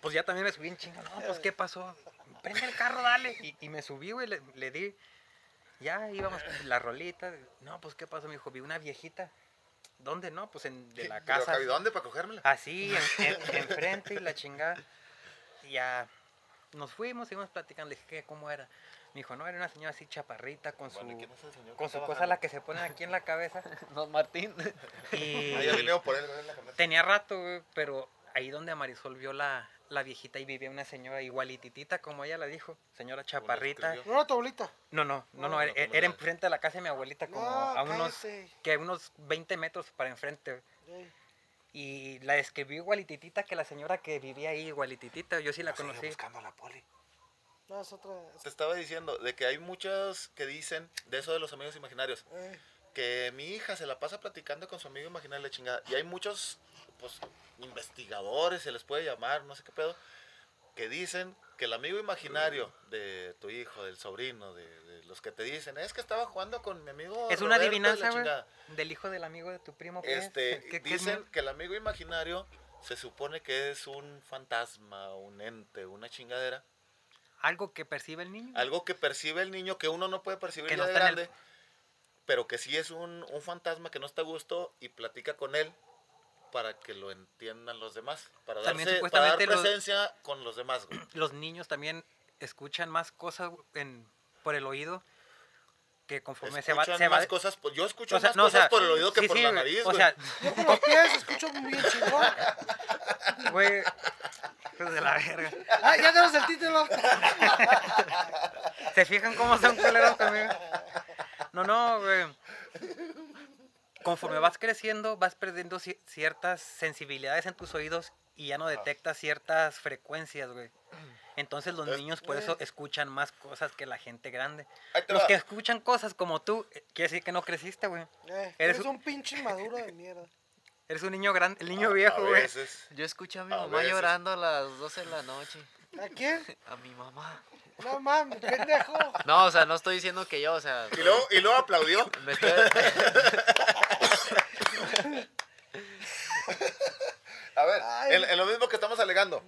[SPEAKER 2] pues ya también me subí en chinga. No, pues ¿qué pasó? Prende el carro, dale. Y, y me subí, güey, le, le di. Ya íbamos con la rolita. No, pues ¿qué pasó? Me dijo, vi una viejita. ¿Dónde no? Pues en,
[SPEAKER 1] <laughs>
[SPEAKER 2] de la
[SPEAKER 1] Pero,
[SPEAKER 2] casa. Ah,
[SPEAKER 1] cabi, ¿Dónde para cogérmela?
[SPEAKER 2] Así, en- en- enfrente y la chingada. Y ya nos fuimos, seguimos platicando. Le dije, ¿qué? ¿Cómo era? Me dijo, no, era una señora así chaparrita con su,
[SPEAKER 1] Bueno, ¿y quién es el señor que
[SPEAKER 2] con su
[SPEAKER 1] está
[SPEAKER 2] cosa
[SPEAKER 1] bajando?
[SPEAKER 2] la que se ponen aquí en la
[SPEAKER 1] <laughs>
[SPEAKER 2] cabeza.
[SPEAKER 3] Don Martín.
[SPEAKER 2] Y
[SPEAKER 1] Ah, ya vinieron por él, güey, en la camioneta.
[SPEAKER 2] tenía rato, güey, pero ahí donde Marisol vio la, la viejita y vivía una señora igualititita, como ella la dijo, señora chaparrita.
[SPEAKER 1] escribió.
[SPEAKER 4] No era tu abuelita.
[SPEAKER 2] No, no, no, no,
[SPEAKER 1] No,
[SPEAKER 2] era,
[SPEAKER 1] no, ¿cómo
[SPEAKER 2] era
[SPEAKER 1] era?
[SPEAKER 2] enfrente de la casa de mi abuelita, como
[SPEAKER 4] No,
[SPEAKER 2] a unos,
[SPEAKER 4] cállate.
[SPEAKER 2] que a unos 20 metros para enfrente. güey.
[SPEAKER 4] Ey.
[SPEAKER 2] Y la describió igualititita que la señora que vivía ahí, igualititita. Yo sí
[SPEAKER 4] Ah,
[SPEAKER 2] la conocí.
[SPEAKER 1] buscando a la poli.
[SPEAKER 4] No, es otra.
[SPEAKER 1] Te estaba diciendo de que hay muchas que dicen de eso de los amigos imaginarios.
[SPEAKER 4] Ey.
[SPEAKER 1] que mi hija se la pasa platicando con su amigo imaginario la chingada. Y hay muchos, pues, investigadores, se les puede llamar, no sé qué pedo, que dicen que el amigo imaginario de tu hijo, del sobrino, de, de los que te dicen, es que estaba jugando con mi amigo.
[SPEAKER 2] Es una
[SPEAKER 1] Roberto y la
[SPEAKER 2] adivinanza, güey,
[SPEAKER 1] chingada".
[SPEAKER 2] del hijo del amigo de tu primo. pues.
[SPEAKER 1] Este,
[SPEAKER 2] <laughs> ¿Qué- qué es
[SPEAKER 1] dicen
[SPEAKER 2] mío?
[SPEAKER 1] que el amigo imaginario se supone que es un fantasma, un ente, una chingadera.
[SPEAKER 2] algo que percibe el niño.
[SPEAKER 1] Algo que percibe el niño que uno no puede percibir
[SPEAKER 2] Que
[SPEAKER 1] ya
[SPEAKER 2] no
[SPEAKER 1] de
[SPEAKER 2] está en el-
[SPEAKER 1] grande, pero que sí es un, un fantasma que no está a gusto y platica con él para que lo entiendan los demás, para,
[SPEAKER 2] También
[SPEAKER 1] darse, para dar
[SPEAKER 2] supuestamente los-
[SPEAKER 1] presencia con los demás. güey.
[SPEAKER 2] Los niños también escuchan más cosas en, por el oído que conforme Pues se va,
[SPEAKER 1] Escuchan
[SPEAKER 2] se va-
[SPEAKER 1] más cosas, por- yo escucho
[SPEAKER 2] o sea,
[SPEAKER 1] más
[SPEAKER 2] no, o
[SPEAKER 1] cosas
[SPEAKER 2] sea,
[SPEAKER 1] por el oído que
[SPEAKER 2] sí,
[SPEAKER 1] por
[SPEAKER 2] sí,
[SPEAKER 1] la
[SPEAKER 2] güey,
[SPEAKER 1] nariz.
[SPEAKER 2] O
[SPEAKER 1] güey.
[SPEAKER 2] sea,
[SPEAKER 4] Yo con los pies escucho muy bien chingón.
[SPEAKER 2] güey, hijos de la verga.
[SPEAKER 4] Ah, ya tenemos el título.
[SPEAKER 2] ¿Se fijan cómo son culeros conmigo? No, no, güey. Conforme vas creciendo, vas perdiendo ci- ciertas sensibilidades en tus oídos y
[SPEAKER 1] Ah.
[SPEAKER 2] ya no detectas ciertas frecuencias, güey. Entonces los
[SPEAKER 1] Es-
[SPEAKER 2] niños por eso escuchan más cosas que la gente grande.
[SPEAKER 1] Ahí te
[SPEAKER 2] Los
[SPEAKER 1] va.
[SPEAKER 2] que escuchan cosas como tú, eh, quiere decir que no creciste, güey.
[SPEAKER 4] Eh,
[SPEAKER 2] Eres
[SPEAKER 4] eres
[SPEAKER 2] un-
[SPEAKER 4] un pinche inmaduro de mierda.
[SPEAKER 2] Eres un niño grande, el niño
[SPEAKER 1] A-
[SPEAKER 2] viejo,
[SPEAKER 1] Ah, a
[SPEAKER 2] güey.
[SPEAKER 1] veces.
[SPEAKER 3] Yo escuché a mi
[SPEAKER 1] A
[SPEAKER 3] mamá
[SPEAKER 1] veces.
[SPEAKER 3] llorando a las 12 de la noche.
[SPEAKER 4] ¿A quién?
[SPEAKER 3] A mi mamá.
[SPEAKER 4] No mames, pendejo.
[SPEAKER 3] No, o sea, no estoy diciendo que yo, o sea.
[SPEAKER 1] Y luego, y luego aplaudió.
[SPEAKER 3] me
[SPEAKER 1] <laughs>
[SPEAKER 3] estoy-
[SPEAKER 1] A ver,
[SPEAKER 4] Ay.
[SPEAKER 1] en, en lo mismo que estamos alegando.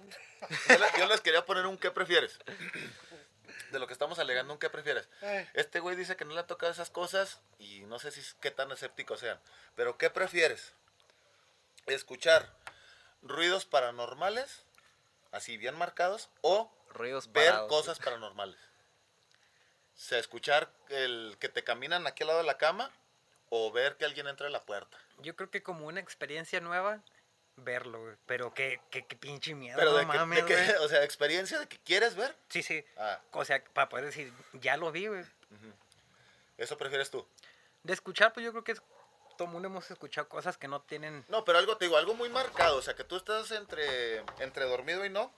[SPEAKER 1] Yo le- yo les quería poner un qué prefieres. De lo que estamos alegando, un qué prefieres.
[SPEAKER 4] Eh,
[SPEAKER 1] Este güey dice que no le ha tocado esas cosas y no sé si es- qué tan escépticos sean. Pero ¿qué prefieres? ¿Escuchar ruidos paranormales, así bien marcados, o
[SPEAKER 3] Ruidos
[SPEAKER 1] ver
[SPEAKER 3] parados.
[SPEAKER 1] cosas paranormales? O sea, escuchar el que te caminan aquí al lado de la cama o ver que alguien entra a la puerta.
[SPEAKER 2] Yo creo que como una experiencia nueva, verlo, güey. Pero qué, qué, qué pinche miedo,
[SPEAKER 1] Pero
[SPEAKER 2] no
[SPEAKER 1] de, que- de
[SPEAKER 2] mames,
[SPEAKER 1] que,
[SPEAKER 2] güey.
[SPEAKER 1] <laughs> o sea, experiencia de que quieres ver.
[SPEAKER 2] Sí, sí.
[SPEAKER 1] Ah,
[SPEAKER 2] O sea, para poder decir, ya lo vi, güey.
[SPEAKER 1] eso prefieres tú.
[SPEAKER 2] De escuchar, pues yo creo que es- todo mundo hemos escuchado cosas que no tienen...
[SPEAKER 1] No, pero algo te digo, algo muy marcado, o sea, que tú estás entre entre dormido y no.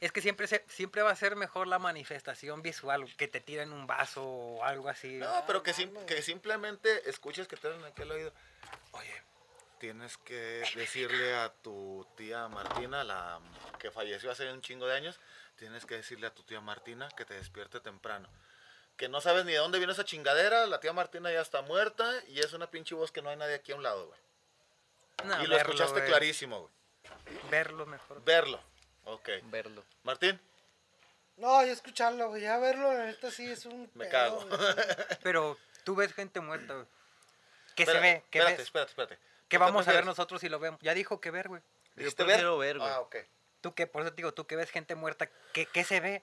[SPEAKER 2] Es que siempre, se- siempre va a ser mejor la manifestación visual, que te tiren un vaso o algo así.
[SPEAKER 1] No, pero que, sim-
[SPEAKER 4] mames.
[SPEAKER 1] que simplemente escuches que te en aquel oído. Oye, tienes que decirle a tu tía Martina, la que falleció hace un chingo de años, tienes que decirle a tu tía Martina que te despierte temprano. Que no sabes ni de dónde vino esa chingadera, la tía Martina ya está muerta y es una pinche voz que no hay nadie aquí a un lado, güey.
[SPEAKER 2] No,
[SPEAKER 1] y lo
[SPEAKER 2] verlo,
[SPEAKER 1] escuchaste
[SPEAKER 2] güey.
[SPEAKER 1] clarísimo, güey.
[SPEAKER 2] Verlo mejor.
[SPEAKER 1] Verlo. Ok.
[SPEAKER 3] Verlo.
[SPEAKER 1] Martín,
[SPEAKER 4] no, yo escucharlo, güey. Ya verlo, la neta sí es un.
[SPEAKER 1] me
[SPEAKER 4] pedo,
[SPEAKER 1] cago.
[SPEAKER 4] güey.
[SPEAKER 2] Pero tú ves gente muerta, güey. ¿Qué se
[SPEAKER 1] Espera-
[SPEAKER 2] ve? ¿Qué
[SPEAKER 1] espérate,
[SPEAKER 2] ves?
[SPEAKER 1] espérate, espérate.
[SPEAKER 2] ¿Qué
[SPEAKER 1] ¿Tú
[SPEAKER 2] vamos a ver
[SPEAKER 1] prefieres?
[SPEAKER 2] nosotros si lo vemos? Ya dijo que ver, güey.
[SPEAKER 1] ¿Dijiste
[SPEAKER 3] Yo
[SPEAKER 1] ver?
[SPEAKER 3] prefiero ver, güey.
[SPEAKER 1] Ah, ok.
[SPEAKER 2] Tú que, por eso te digo, tú que ves gente muerta, ¿qué, qué se ve?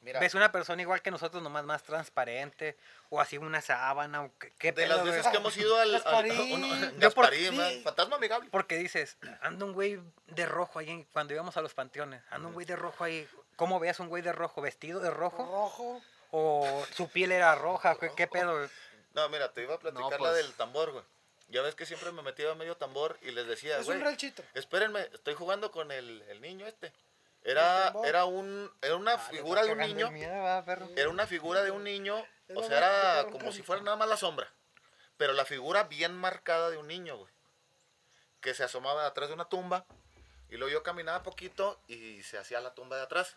[SPEAKER 1] Mira.
[SPEAKER 2] ¿Ves una persona igual que nosotros, nomás más transparente? ¿O así una sábana? ¿O qué, qué
[SPEAKER 1] De las
[SPEAKER 2] pedo, güey?
[SPEAKER 1] veces que hemos ido al, al- al-
[SPEAKER 4] Gasparín.
[SPEAKER 1] uno- <laughs>
[SPEAKER 4] Yo
[SPEAKER 2] por-
[SPEAKER 1] Gasparín,
[SPEAKER 4] sí.
[SPEAKER 1] man, fantasma amigable.
[SPEAKER 2] Porque dices, anda un güey de rojo ahí cuando íbamos a los panteones. Anda un güey de rojo ahí. ¿Cómo veas un güey de rojo? ¿Vestido de rojo?
[SPEAKER 4] Rojo.
[SPEAKER 2] ¿O su piel era roja? ¿Qué, qué pedo? güey?
[SPEAKER 1] No, mira, te iba a platicar
[SPEAKER 3] No,
[SPEAKER 1] la
[SPEAKER 3] pues.
[SPEAKER 1] del tambor, güey. Ya ves que siempre me metía a medio tambor y les decía,
[SPEAKER 4] Es un
[SPEAKER 1] güey,
[SPEAKER 4] ranchito.
[SPEAKER 1] espérenme, estoy jugando con el, el niño este.
[SPEAKER 4] El
[SPEAKER 1] Era,
[SPEAKER 4] tambor.
[SPEAKER 1] era, un, era una
[SPEAKER 2] Ah, le
[SPEAKER 1] figura
[SPEAKER 2] está
[SPEAKER 1] de un
[SPEAKER 2] cagando
[SPEAKER 1] niño,
[SPEAKER 2] el miedo, ¿verdad, perro?
[SPEAKER 1] era una figura de un niño,
[SPEAKER 4] Es
[SPEAKER 1] o
[SPEAKER 4] lo
[SPEAKER 1] sea,
[SPEAKER 4] más que
[SPEAKER 1] era
[SPEAKER 4] te
[SPEAKER 1] como
[SPEAKER 4] roncan.
[SPEAKER 1] si fuera nada más la sombra, pero la figura bien marcada de un niño, güey. que se asomaba atrás de una tumba y luego yo caminaba poquito y se hacía la tumba de atrás.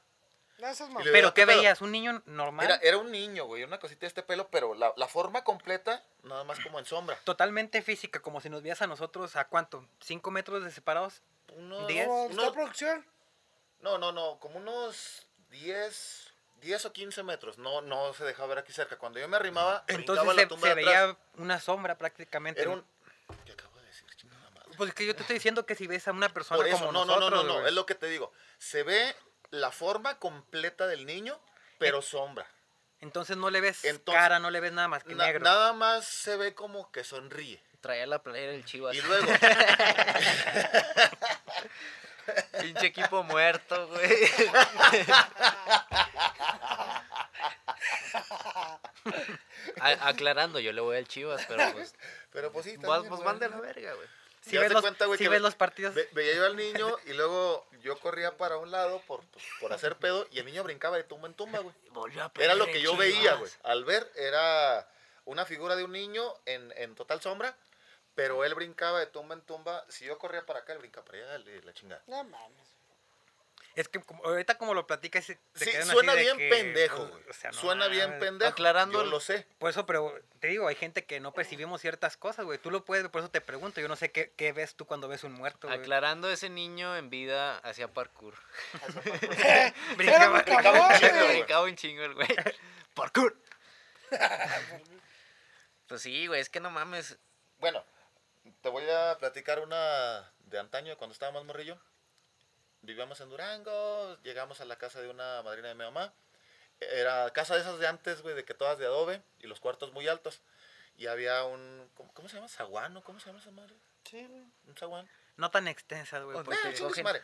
[SPEAKER 4] No, esas
[SPEAKER 1] le-
[SPEAKER 4] mamadas.
[SPEAKER 2] Pero ¿qué
[SPEAKER 1] ¿qué pedo?
[SPEAKER 2] veías? ¿Un niño normal?
[SPEAKER 1] Era, era un niño, güey, una cosita de este pelo, pero la, la forma completa, nada más como en sombra.
[SPEAKER 2] Totalmente física, como si nos veías a nosotros a cuánto, cinco metros de separados.
[SPEAKER 1] Uno,
[SPEAKER 2] ¿Diez?
[SPEAKER 4] Como está
[SPEAKER 1] uno-
[SPEAKER 4] producción.
[SPEAKER 1] no, no, no, como unos 10, 10 o 15 metros. No, no se dejaba ver aquí cerca. Cuando yo me arrimaba, brincaba
[SPEAKER 2] Entonces
[SPEAKER 1] la
[SPEAKER 2] se,
[SPEAKER 1] tumba
[SPEAKER 2] se
[SPEAKER 1] de atrás.
[SPEAKER 2] veía una sombra prácticamente.
[SPEAKER 1] Era
[SPEAKER 2] ¿no?
[SPEAKER 1] un... ¿Qué acabo de decir, chingada madre?
[SPEAKER 2] Pues es que yo te estoy diciendo que si ves a una persona
[SPEAKER 1] Por eso,
[SPEAKER 2] como
[SPEAKER 1] no, no,
[SPEAKER 2] nosotros,
[SPEAKER 1] no, no, no,
[SPEAKER 2] güey.
[SPEAKER 1] es lo que te digo. Se ve la forma completa del niño, pero sombra.
[SPEAKER 2] entonces no le ves
[SPEAKER 1] Entonces-
[SPEAKER 2] cara, no le ves nada más que
[SPEAKER 1] Na-
[SPEAKER 2] negro.
[SPEAKER 1] nada más se ve como que sonríe.
[SPEAKER 3] Traía la playera del Chivas.
[SPEAKER 2] Pues.
[SPEAKER 1] Y
[SPEAKER 2] <laughs>
[SPEAKER 1] luego,
[SPEAKER 3] Pinche equipo muerto, güey. A- aclarando, yo le voy al Chivas, pero pues.
[SPEAKER 1] pero pues sí,
[SPEAKER 3] Vas,
[SPEAKER 1] también,
[SPEAKER 3] pues
[SPEAKER 1] güey.
[SPEAKER 3] mande la verga, güey.
[SPEAKER 2] Si
[SPEAKER 1] Ya
[SPEAKER 2] ves,
[SPEAKER 1] te
[SPEAKER 2] los,
[SPEAKER 1] cuenta, güey,
[SPEAKER 2] sí
[SPEAKER 1] que
[SPEAKER 2] ves
[SPEAKER 1] ve-
[SPEAKER 2] los partidos,
[SPEAKER 1] Ve- veía yo al niño y luego yo corría para un lado por, pues, por hacer pedo y el niño brincaba de tumba en tumba, güey.
[SPEAKER 3] Volvió a
[SPEAKER 1] Era
[SPEAKER 2] Pues
[SPEAKER 3] perder
[SPEAKER 1] lo
[SPEAKER 3] el
[SPEAKER 1] que yo
[SPEAKER 3] Chivas.
[SPEAKER 1] veía, güey. Al ver, era una figura de un niño en, en total sombra, pero él brincaba de tumba en tumba. Si yo corría para acá, él brincaba para allá, le- la chingada.
[SPEAKER 4] No mames.
[SPEAKER 2] es que como- ahorita como lo platicas, se te
[SPEAKER 1] Sí,
[SPEAKER 2] quedan así
[SPEAKER 1] suena
[SPEAKER 2] de
[SPEAKER 1] bien
[SPEAKER 2] que,
[SPEAKER 1] pendejo,
[SPEAKER 2] pues,
[SPEAKER 1] güey.
[SPEAKER 2] o sea, no
[SPEAKER 1] suena bien
[SPEAKER 2] mames.
[SPEAKER 1] pendejo.
[SPEAKER 3] Aclarando
[SPEAKER 1] Yo
[SPEAKER 3] el-
[SPEAKER 1] lo sé.
[SPEAKER 2] Por eso, pero te digo, hay gente que no percibimos ciertas cosas, güey. Tú lo puedes, ver, por eso te pregunto. Yo no sé qué, qué ves tú cuando ves un muerto,
[SPEAKER 1] Ah,
[SPEAKER 2] güey.
[SPEAKER 3] Aclarando, ese niño en vida hacía parkour. <laughs>
[SPEAKER 4] Era
[SPEAKER 2] Brincaba-
[SPEAKER 4] muy
[SPEAKER 1] brincaba
[SPEAKER 4] cabrón,
[SPEAKER 1] un chingo,
[SPEAKER 4] güey.
[SPEAKER 1] güey.
[SPEAKER 3] brincaba un chingo el güey. ¡Parkour! pues sí, güey, es que no mames.
[SPEAKER 1] Bueno, te voy a platicar una de antaño, cuando estaba más morrillo. Vivíamos en Durango, llegamos a la casa de una madrina de mi mamá. Era casa de esas de antes, güey, de que todas de adobe y los cuartos muy altos. Y había un. ¿Cómo, cómo se llama? ¿Saguano? ¿Cómo se llama esa madre?
[SPEAKER 4] Sí, güey.
[SPEAKER 1] Un saguán.
[SPEAKER 2] No tan extensas, güey.
[SPEAKER 1] Ah,
[SPEAKER 3] Ok.
[SPEAKER 2] porque-
[SPEAKER 1] chingue su
[SPEAKER 3] cogen.
[SPEAKER 1] madre.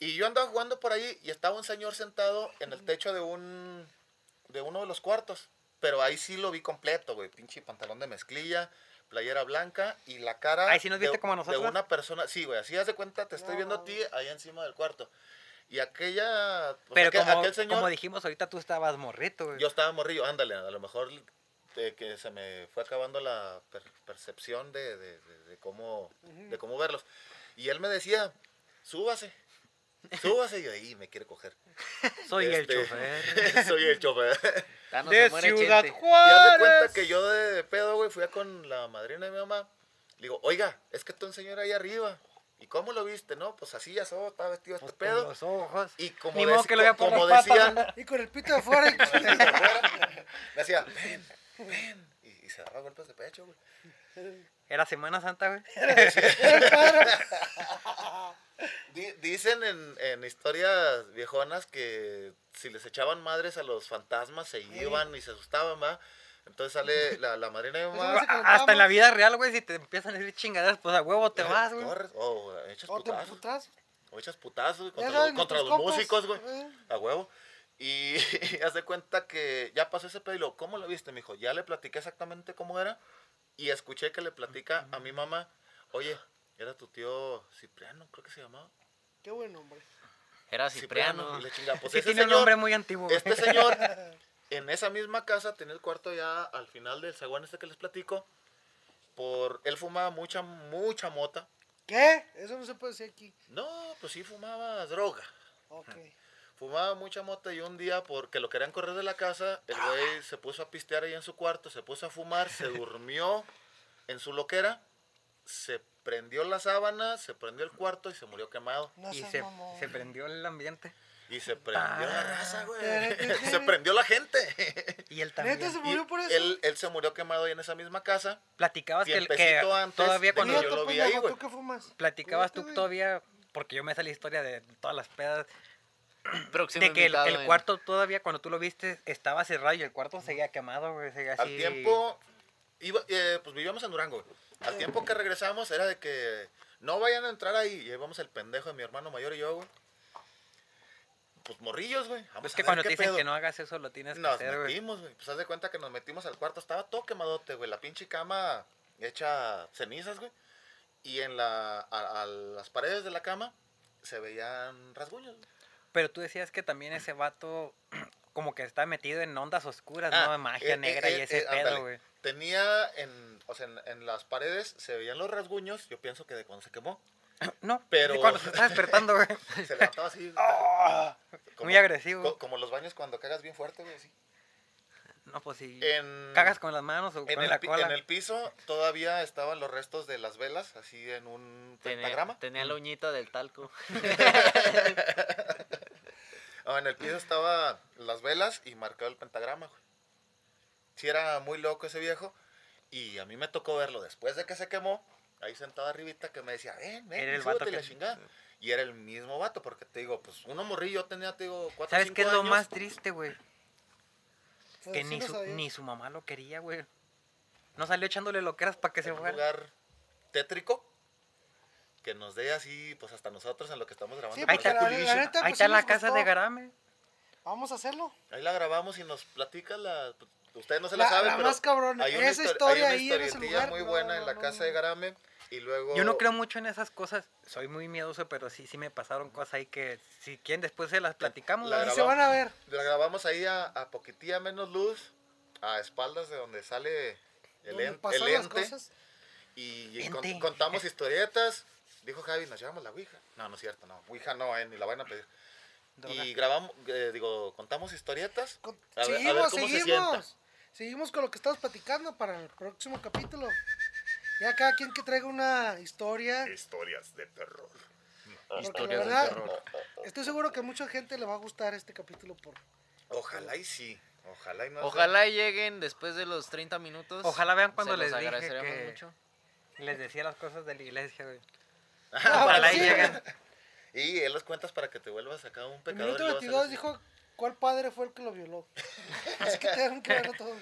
[SPEAKER 1] Y yo andaba jugando por ahí y estaba un señor sentado en el techo de un de uno de los cuartos. Pero ahí sí lo vi completo, güey. Pinche pantalón de mezclilla, playera blanca y la cara.
[SPEAKER 2] Ahí sí nos viste
[SPEAKER 1] de,
[SPEAKER 2] como a nosotros.
[SPEAKER 1] De una persona. Sí, güey. Así haz de cuenta, te estoy
[SPEAKER 4] No,
[SPEAKER 1] viendo a ti ahí encima del cuarto. Y aquella. o sea, pues
[SPEAKER 2] Pero
[SPEAKER 1] aquel-
[SPEAKER 2] como,
[SPEAKER 1] aquel señor.
[SPEAKER 2] como dijimos, ahorita tú estabas morrito, güey.
[SPEAKER 1] Yo estaba morrillo, ándale, a lo mejor de que se me fue acabando la per- percepción de, de- de- de cómo, de cómo verlos. Y él me decía, súbase, súbase, y yo ahí me quiere coger. <laughs>
[SPEAKER 2] Soy el
[SPEAKER 1] Este,
[SPEAKER 2] chofer.
[SPEAKER 1] Soy el chofer.
[SPEAKER 3] Ya Ah, no se
[SPEAKER 2] de
[SPEAKER 3] muere
[SPEAKER 2] Ciudad
[SPEAKER 3] Chente.
[SPEAKER 1] Y haz de
[SPEAKER 2] Juárez.
[SPEAKER 1] cuenta que yo de, de pedo, güey, fui a con la madrina de mi mamá. Le digo, oiga, es que está un señor ahí arriba. ¿Y cómo lo viste? No, pues así ya so, estaba vestido este
[SPEAKER 2] Pues, con
[SPEAKER 1] pedo.
[SPEAKER 2] los ojos.
[SPEAKER 1] Y como,
[SPEAKER 2] Ni modo
[SPEAKER 1] deci-
[SPEAKER 2] que lo vea por
[SPEAKER 1] como
[SPEAKER 2] las patas,
[SPEAKER 1] decía,
[SPEAKER 2] ¿no?
[SPEAKER 4] Y con el pito
[SPEAKER 1] <laughs>
[SPEAKER 4] de fuera. y-
[SPEAKER 1] de afuera, me hacía, ven, ven. Y, y se daba golpes de pecho, güey.
[SPEAKER 2] Era Semana Santa, güey.
[SPEAKER 1] Di- dicen en, en historias viejonas que si les echaban madres a los fantasmas se iban y se asustaban, ¿va? Entonces
[SPEAKER 2] <laughs>
[SPEAKER 1] sale la, la madrina
[SPEAKER 2] Pues
[SPEAKER 1] de mi
[SPEAKER 4] Eso
[SPEAKER 1] mamá.
[SPEAKER 4] que nos
[SPEAKER 2] A- Hasta en la
[SPEAKER 4] vamos.
[SPEAKER 2] vida real, güey, si te empiezan a decir chingaderas, pues a huevo te vas, güey.
[SPEAKER 1] eh, corres, O echas
[SPEAKER 4] Otro
[SPEAKER 1] putazos.
[SPEAKER 4] putazo.
[SPEAKER 1] O echas putazos, güey,
[SPEAKER 4] Ya
[SPEAKER 1] contra,
[SPEAKER 4] saben,
[SPEAKER 1] los- contra los
[SPEAKER 4] nuestros
[SPEAKER 1] músicos,
[SPEAKER 4] compas.
[SPEAKER 1] güey.
[SPEAKER 4] Eh.
[SPEAKER 1] A huevo. Y, <laughs> haz de cuenta que ya pasó ese pedo y luego, ¿cómo lo viste, mijo? Ya le platiqué exactamente cómo era. Y escuché que le platica a mi mamá, oye, era tu tío Cipriano, creo que se llamaba.
[SPEAKER 4] Qué buen hombre.
[SPEAKER 3] Era Cipriano.
[SPEAKER 1] Y le chinga, pues
[SPEAKER 2] Ah, sí
[SPEAKER 1] ese
[SPEAKER 2] tiene un
[SPEAKER 1] señor-
[SPEAKER 2] nombre muy antiguo, güey.
[SPEAKER 1] Este señor, en esa misma casa, tenía el cuarto ya al final del zaguán este que les platico. Por, él fumaba mucha, mucha mota.
[SPEAKER 4] <laughs> ¿Qué? Eso no se puede decir aquí.
[SPEAKER 1] No, pues sí fumaba droga.
[SPEAKER 4] Ok.
[SPEAKER 1] Fumaba mucha mota y un día, porque lo querían correr de la casa, el güey se puso a pistear ahí en su cuarto, se puso a fumar,
[SPEAKER 4] <laughs>
[SPEAKER 1] se durmió en su loquera, se prendió la sábana, se prendió el cuarto y se murió quemado.
[SPEAKER 4] No
[SPEAKER 2] Y
[SPEAKER 4] seas
[SPEAKER 2] se,
[SPEAKER 4] mamón.
[SPEAKER 2] se prendió el ambiente.
[SPEAKER 1] Y se prendió la raza, güey.
[SPEAKER 4] Tararara.
[SPEAKER 1] <laughs> Se prendió la gente.
[SPEAKER 2] Y él también.
[SPEAKER 4] Neta Ah, se
[SPEAKER 1] Y
[SPEAKER 4] murió por eso.
[SPEAKER 1] Él, él se murió quemado ahí en esa misma casa.
[SPEAKER 2] Platicabas que, que
[SPEAKER 1] Tiempecito antes
[SPEAKER 2] todavía
[SPEAKER 1] de
[SPEAKER 2] cuando
[SPEAKER 1] que
[SPEAKER 4] Mira,
[SPEAKER 1] yo lo vi
[SPEAKER 4] pendejo,
[SPEAKER 1] ahí, güey.
[SPEAKER 4] ¿Tú qué fumas?
[SPEAKER 2] platicabas tú
[SPEAKER 4] Cuídate, güey.
[SPEAKER 2] todavía, porque yo me sé la historia de todas las pedas,
[SPEAKER 3] Próximo
[SPEAKER 2] de que el,
[SPEAKER 3] invitado
[SPEAKER 2] el
[SPEAKER 3] en-
[SPEAKER 2] cuarto todavía cuando tú lo viste estaba cerrado y el cuarto seguía quemado, güey, seguía así.
[SPEAKER 1] Al tiempo, iba- eh, pues vivíamos en Durango. güey. Al tiempo que regresamos era de que no vayan a entrar ahí. Y ahí vamos el pendejo de mi hermano mayor y yo, güey. Pues morrillos, güey. Vamos
[SPEAKER 2] Es
[SPEAKER 1] a
[SPEAKER 2] que
[SPEAKER 1] ver
[SPEAKER 2] cuando
[SPEAKER 1] qué
[SPEAKER 2] te dicen
[SPEAKER 1] pedo.
[SPEAKER 2] que no hagas eso lo tienes que
[SPEAKER 1] Nos
[SPEAKER 2] hacer, güey.
[SPEAKER 1] metimos, güey. Pues haz de cuenta que nos metimos al cuarto. Estaba todo quemadote, güey. La pinche cama hecha cenizas, güey. Y en la, a, a las paredes de la cama se veían rasguños. güey.
[SPEAKER 2] Pero tú decías que también ese vato <clears throat> como que está metido en ondas oscuras,
[SPEAKER 1] Ah,
[SPEAKER 2] ¿no? De magia
[SPEAKER 1] eh,
[SPEAKER 2] negra
[SPEAKER 1] eh,
[SPEAKER 2] y
[SPEAKER 1] eh,
[SPEAKER 2] ese
[SPEAKER 1] eh, ándale.
[SPEAKER 2] pedo, güey.
[SPEAKER 1] Tenía en, o sea, en, en las paredes se veían los rasguños. Yo pienso que de cuando se quemó,
[SPEAKER 2] No,
[SPEAKER 1] Pero-
[SPEAKER 2] pero... cuando se está
[SPEAKER 1] <laughs>
[SPEAKER 2] despertando, güey.
[SPEAKER 1] se levantaba
[SPEAKER 2] <laughs>
[SPEAKER 1] así.
[SPEAKER 2] Ah,
[SPEAKER 1] como-
[SPEAKER 2] Muy agresivo.
[SPEAKER 1] co- como los baños cuando cagas bien fuerte, güey. así.
[SPEAKER 2] No, pues si
[SPEAKER 1] En,
[SPEAKER 2] cagas con las manos o
[SPEAKER 1] en
[SPEAKER 2] con
[SPEAKER 1] el,
[SPEAKER 2] la
[SPEAKER 1] pi-
[SPEAKER 2] cola.
[SPEAKER 1] en el piso todavía estaban los restos de las velas, así en un
[SPEAKER 3] Tenía,
[SPEAKER 1] pentagrama.
[SPEAKER 3] tenía la uñita del <laughs> talco.
[SPEAKER 1] Ah, en el piso estaban las velas y marcado el pentagrama, güey. Sí, era muy loco ese viejo. Y a mí me tocó verlo después de que se quemó, ahí sentado arribita, que me decía, ven, ven,
[SPEAKER 2] Era el
[SPEAKER 1] súbete
[SPEAKER 2] vato
[SPEAKER 1] y la
[SPEAKER 2] que-
[SPEAKER 1] chingada". Y era el mismo vato, porque te digo, pues uno morrillo tenía, te digo, cuatro
[SPEAKER 2] ¿Sabes qué es
[SPEAKER 1] cinco
[SPEAKER 2] lo
[SPEAKER 1] años.
[SPEAKER 2] más triste, güey?
[SPEAKER 4] Pues,
[SPEAKER 2] Que
[SPEAKER 4] sí
[SPEAKER 2] ni
[SPEAKER 4] lo
[SPEAKER 2] su,
[SPEAKER 4] sabía.
[SPEAKER 2] ni su mamá lo quería, güey. No salió echándole loqueras para que se
[SPEAKER 1] en un
[SPEAKER 2] fuera.
[SPEAKER 1] lugar tétrico que nos dé así, pues hasta nosotros en lo que estamos grabando.
[SPEAKER 4] Sí,
[SPEAKER 1] que
[SPEAKER 2] Ahí
[SPEAKER 1] nos dé
[SPEAKER 2] está,
[SPEAKER 4] porque la- la
[SPEAKER 1] culichi.
[SPEAKER 4] neta,
[SPEAKER 2] Ahí
[SPEAKER 4] pues,
[SPEAKER 2] está
[SPEAKER 4] sí
[SPEAKER 2] la
[SPEAKER 4] nos
[SPEAKER 2] casa de
[SPEAKER 4] gustó.
[SPEAKER 2] Garame.
[SPEAKER 4] Vamos a hacerlo.
[SPEAKER 1] Ahí la grabamos y nos platicas la... Ustedes no se la,
[SPEAKER 4] La,
[SPEAKER 1] saben,
[SPEAKER 4] la
[SPEAKER 1] pero
[SPEAKER 4] más cabrona.
[SPEAKER 1] hay una
[SPEAKER 4] Esa
[SPEAKER 1] histori-
[SPEAKER 4] historia
[SPEAKER 1] hay
[SPEAKER 4] ahí
[SPEAKER 1] una
[SPEAKER 4] en ese
[SPEAKER 1] historietilla
[SPEAKER 4] lugar.
[SPEAKER 1] muy
[SPEAKER 4] no,
[SPEAKER 1] buena en
[SPEAKER 4] no,
[SPEAKER 1] la
[SPEAKER 4] no,
[SPEAKER 1] casa
[SPEAKER 4] no.
[SPEAKER 1] de Garame y luego...
[SPEAKER 2] Yo no creo mucho en esas cosas. Soy muy miedoso, pero sí, sí me pasaron cosas ahí que, si quieren, después se las platicamos.
[SPEAKER 1] La
[SPEAKER 2] güey.
[SPEAKER 4] Y
[SPEAKER 1] grabamos.
[SPEAKER 4] se van a ver.
[SPEAKER 1] La grabamos ahí a, a poquitilla menos luz, a espaldas de donde sale el,
[SPEAKER 4] donde
[SPEAKER 1] en- el
[SPEAKER 4] pasaron las
[SPEAKER 1] ente.
[SPEAKER 4] cosas.
[SPEAKER 1] Y, y con-
[SPEAKER 2] Ente.
[SPEAKER 1] contamos historietas. Dijo Javi, nos llevamos la Ouija. No, no es cierto, no. Ouija no, eh, ni la van a pedir.
[SPEAKER 2] Droga.
[SPEAKER 1] Y grabamos, eh, digo, contamos historietas.
[SPEAKER 4] Con-
[SPEAKER 1] A ver- a ver
[SPEAKER 4] seguimos,
[SPEAKER 1] cómo se
[SPEAKER 4] seguimos.
[SPEAKER 1] sienta.
[SPEAKER 4] seguimos con lo que estamos platicando para el próximo capítulo. Ya cada quien que traiga una historia.
[SPEAKER 1] Historias de terror.
[SPEAKER 4] Porque
[SPEAKER 3] Historias
[SPEAKER 4] la
[SPEAKER 3] de
[SPEAKER 4] verdad,
[SPEAKER 3] terror.
[SPEAKER 4] estoy seguro que a mucha gente le va a gustar este capítulo
[SPEAKER 1] <laughs>
[SPEAKER 4] por
[SPEAKER 1] Ojalá y sí. Ojalá y no. sea-
[SPEAKER 3] Ojalá lleguen después de los 30 minutos.
[SPEAKER 2] Ojalá vean cuando
[SPEAKER 3] Se los
[SPEAKER 2] les dije
[SPEAKER 3] agradeceremos
[SPEAKER 2] que-
[SPEAKER 3] mucho.
[SPEAKER 2] Les decía las cosas de la iglesia, güey.
[SPEAKER 1] Ah,
[SPEAKER 2] Ojalá
[SPEAKER 1] bueno,
[SPEAKER 2] y
[SPEAKER 1] sí.
[SPEAKER 2] lleguen.
[SPEAKER 1] Y él las cuentas para que te vuelvas acá un
[SPEAKER 4] El
[SPEAKER 1] pecador.
[SPEAKER 4] minuto
[SPEAKER 1] y luego
[SPEAKER 4] 22
[SPEAKER 1] sales-
[SPEAKER 4] dijo cuál padre fue el que
[SPEAKER 1] <laughs>
[SPEAKER 4] lo violó. Así que tengan que verlo todo.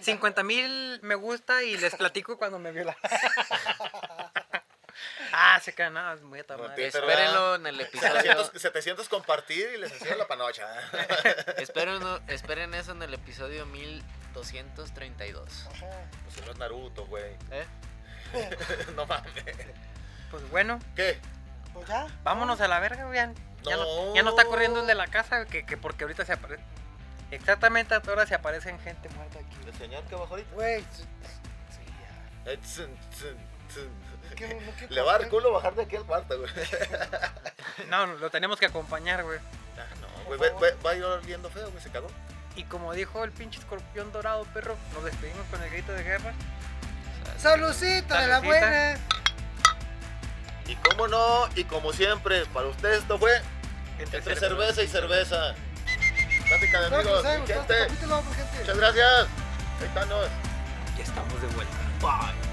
[SPEAKER 2] 50 mil me gusta y les platico cuando
[SPEAKER 1] <laughs>
[SPEAKER 2] me viola. ah, se queda nada, es muy a toda
[SPEAKER 1] No
[SPEAKER 2] madre.
[SPEAKER 1] entiendo.
[SPEAKER 3] Espérenlo
[SPEAKER 1] <laughs>
[SPEAKER 3] en el episodio.
[SPEAKER 1] 700, 700 compartir y les enseño la panocha. <laughs>
[SPEAKER 3] espérenlo- esperen eso en el episodio 1232.
[SPEAKER 4] Ajá.
[SPEAKER 1] Pues no es Naruto, güey. <laughs>
[SPEAKER 3] ¿Eh?
[SPEAKER 1] no mames.
[SPEAKER 2] Pues bueno,
[SPEAKER 1] ¿Qué?
[SPEAKER 4] Pues ya.
[SPEAKER 2] vámonos a la verga, güey. Ya ya no.
[SPEAKER 1] No.
[SPEAKER 2] ya no está corriendo el de la casa, que, que porque ahorita se aparece. Exactamente a toda hora se aparecen gente muerta aquí.
[SPEAKER 1] El señor que bajó ahorita.
[SPEAKER 4] Güey. pues, Sí, ya.
[SPEAKER 1] Eh, tsun, tsun, tsun.
[SPEAKER 4] Es que no- no quiero
[SPEAKER 1] Le va a dar
[SPEAKER 4] correr.
[SPEAKER 1] culo bajar de aquí al cuarto,
[SPEAKER 4] <laughs>
[SPEAKER 1] güey.
[SPEAKER 2] No, lo tenemos que acompañar, güey.
[SPEAKER 1] Ah, no, güey. Va, va- va a ir oliendo feo, güey. Se cagó.
[SPEAKER 2] Y como dijo el pinche escorpión dorado, perro, nos despedimos con el grito de guerra.
[SPEAKER 4] Salucita de la
[SPEAKER 2] Salucita.
[SPEAKER 4] buena.
[SPEAKER 1] Y cómo no, y como siempre, para ustedes esto fue entre cerveza y cerveza. Plática de
[SPEAKER 4] Espero que
[SPEAKER 1] amigos,
[SPEAKER 4] les haya gustado
[SPEAKER 1] gente.
[SPEAKER 4] este capítulo, gente.
[SPEAKER 1] Muchas gracias. Ahí está, nos.
[SPEAKER 2] Ya estamos de vuelta.
[SPEAKER 1] Bye.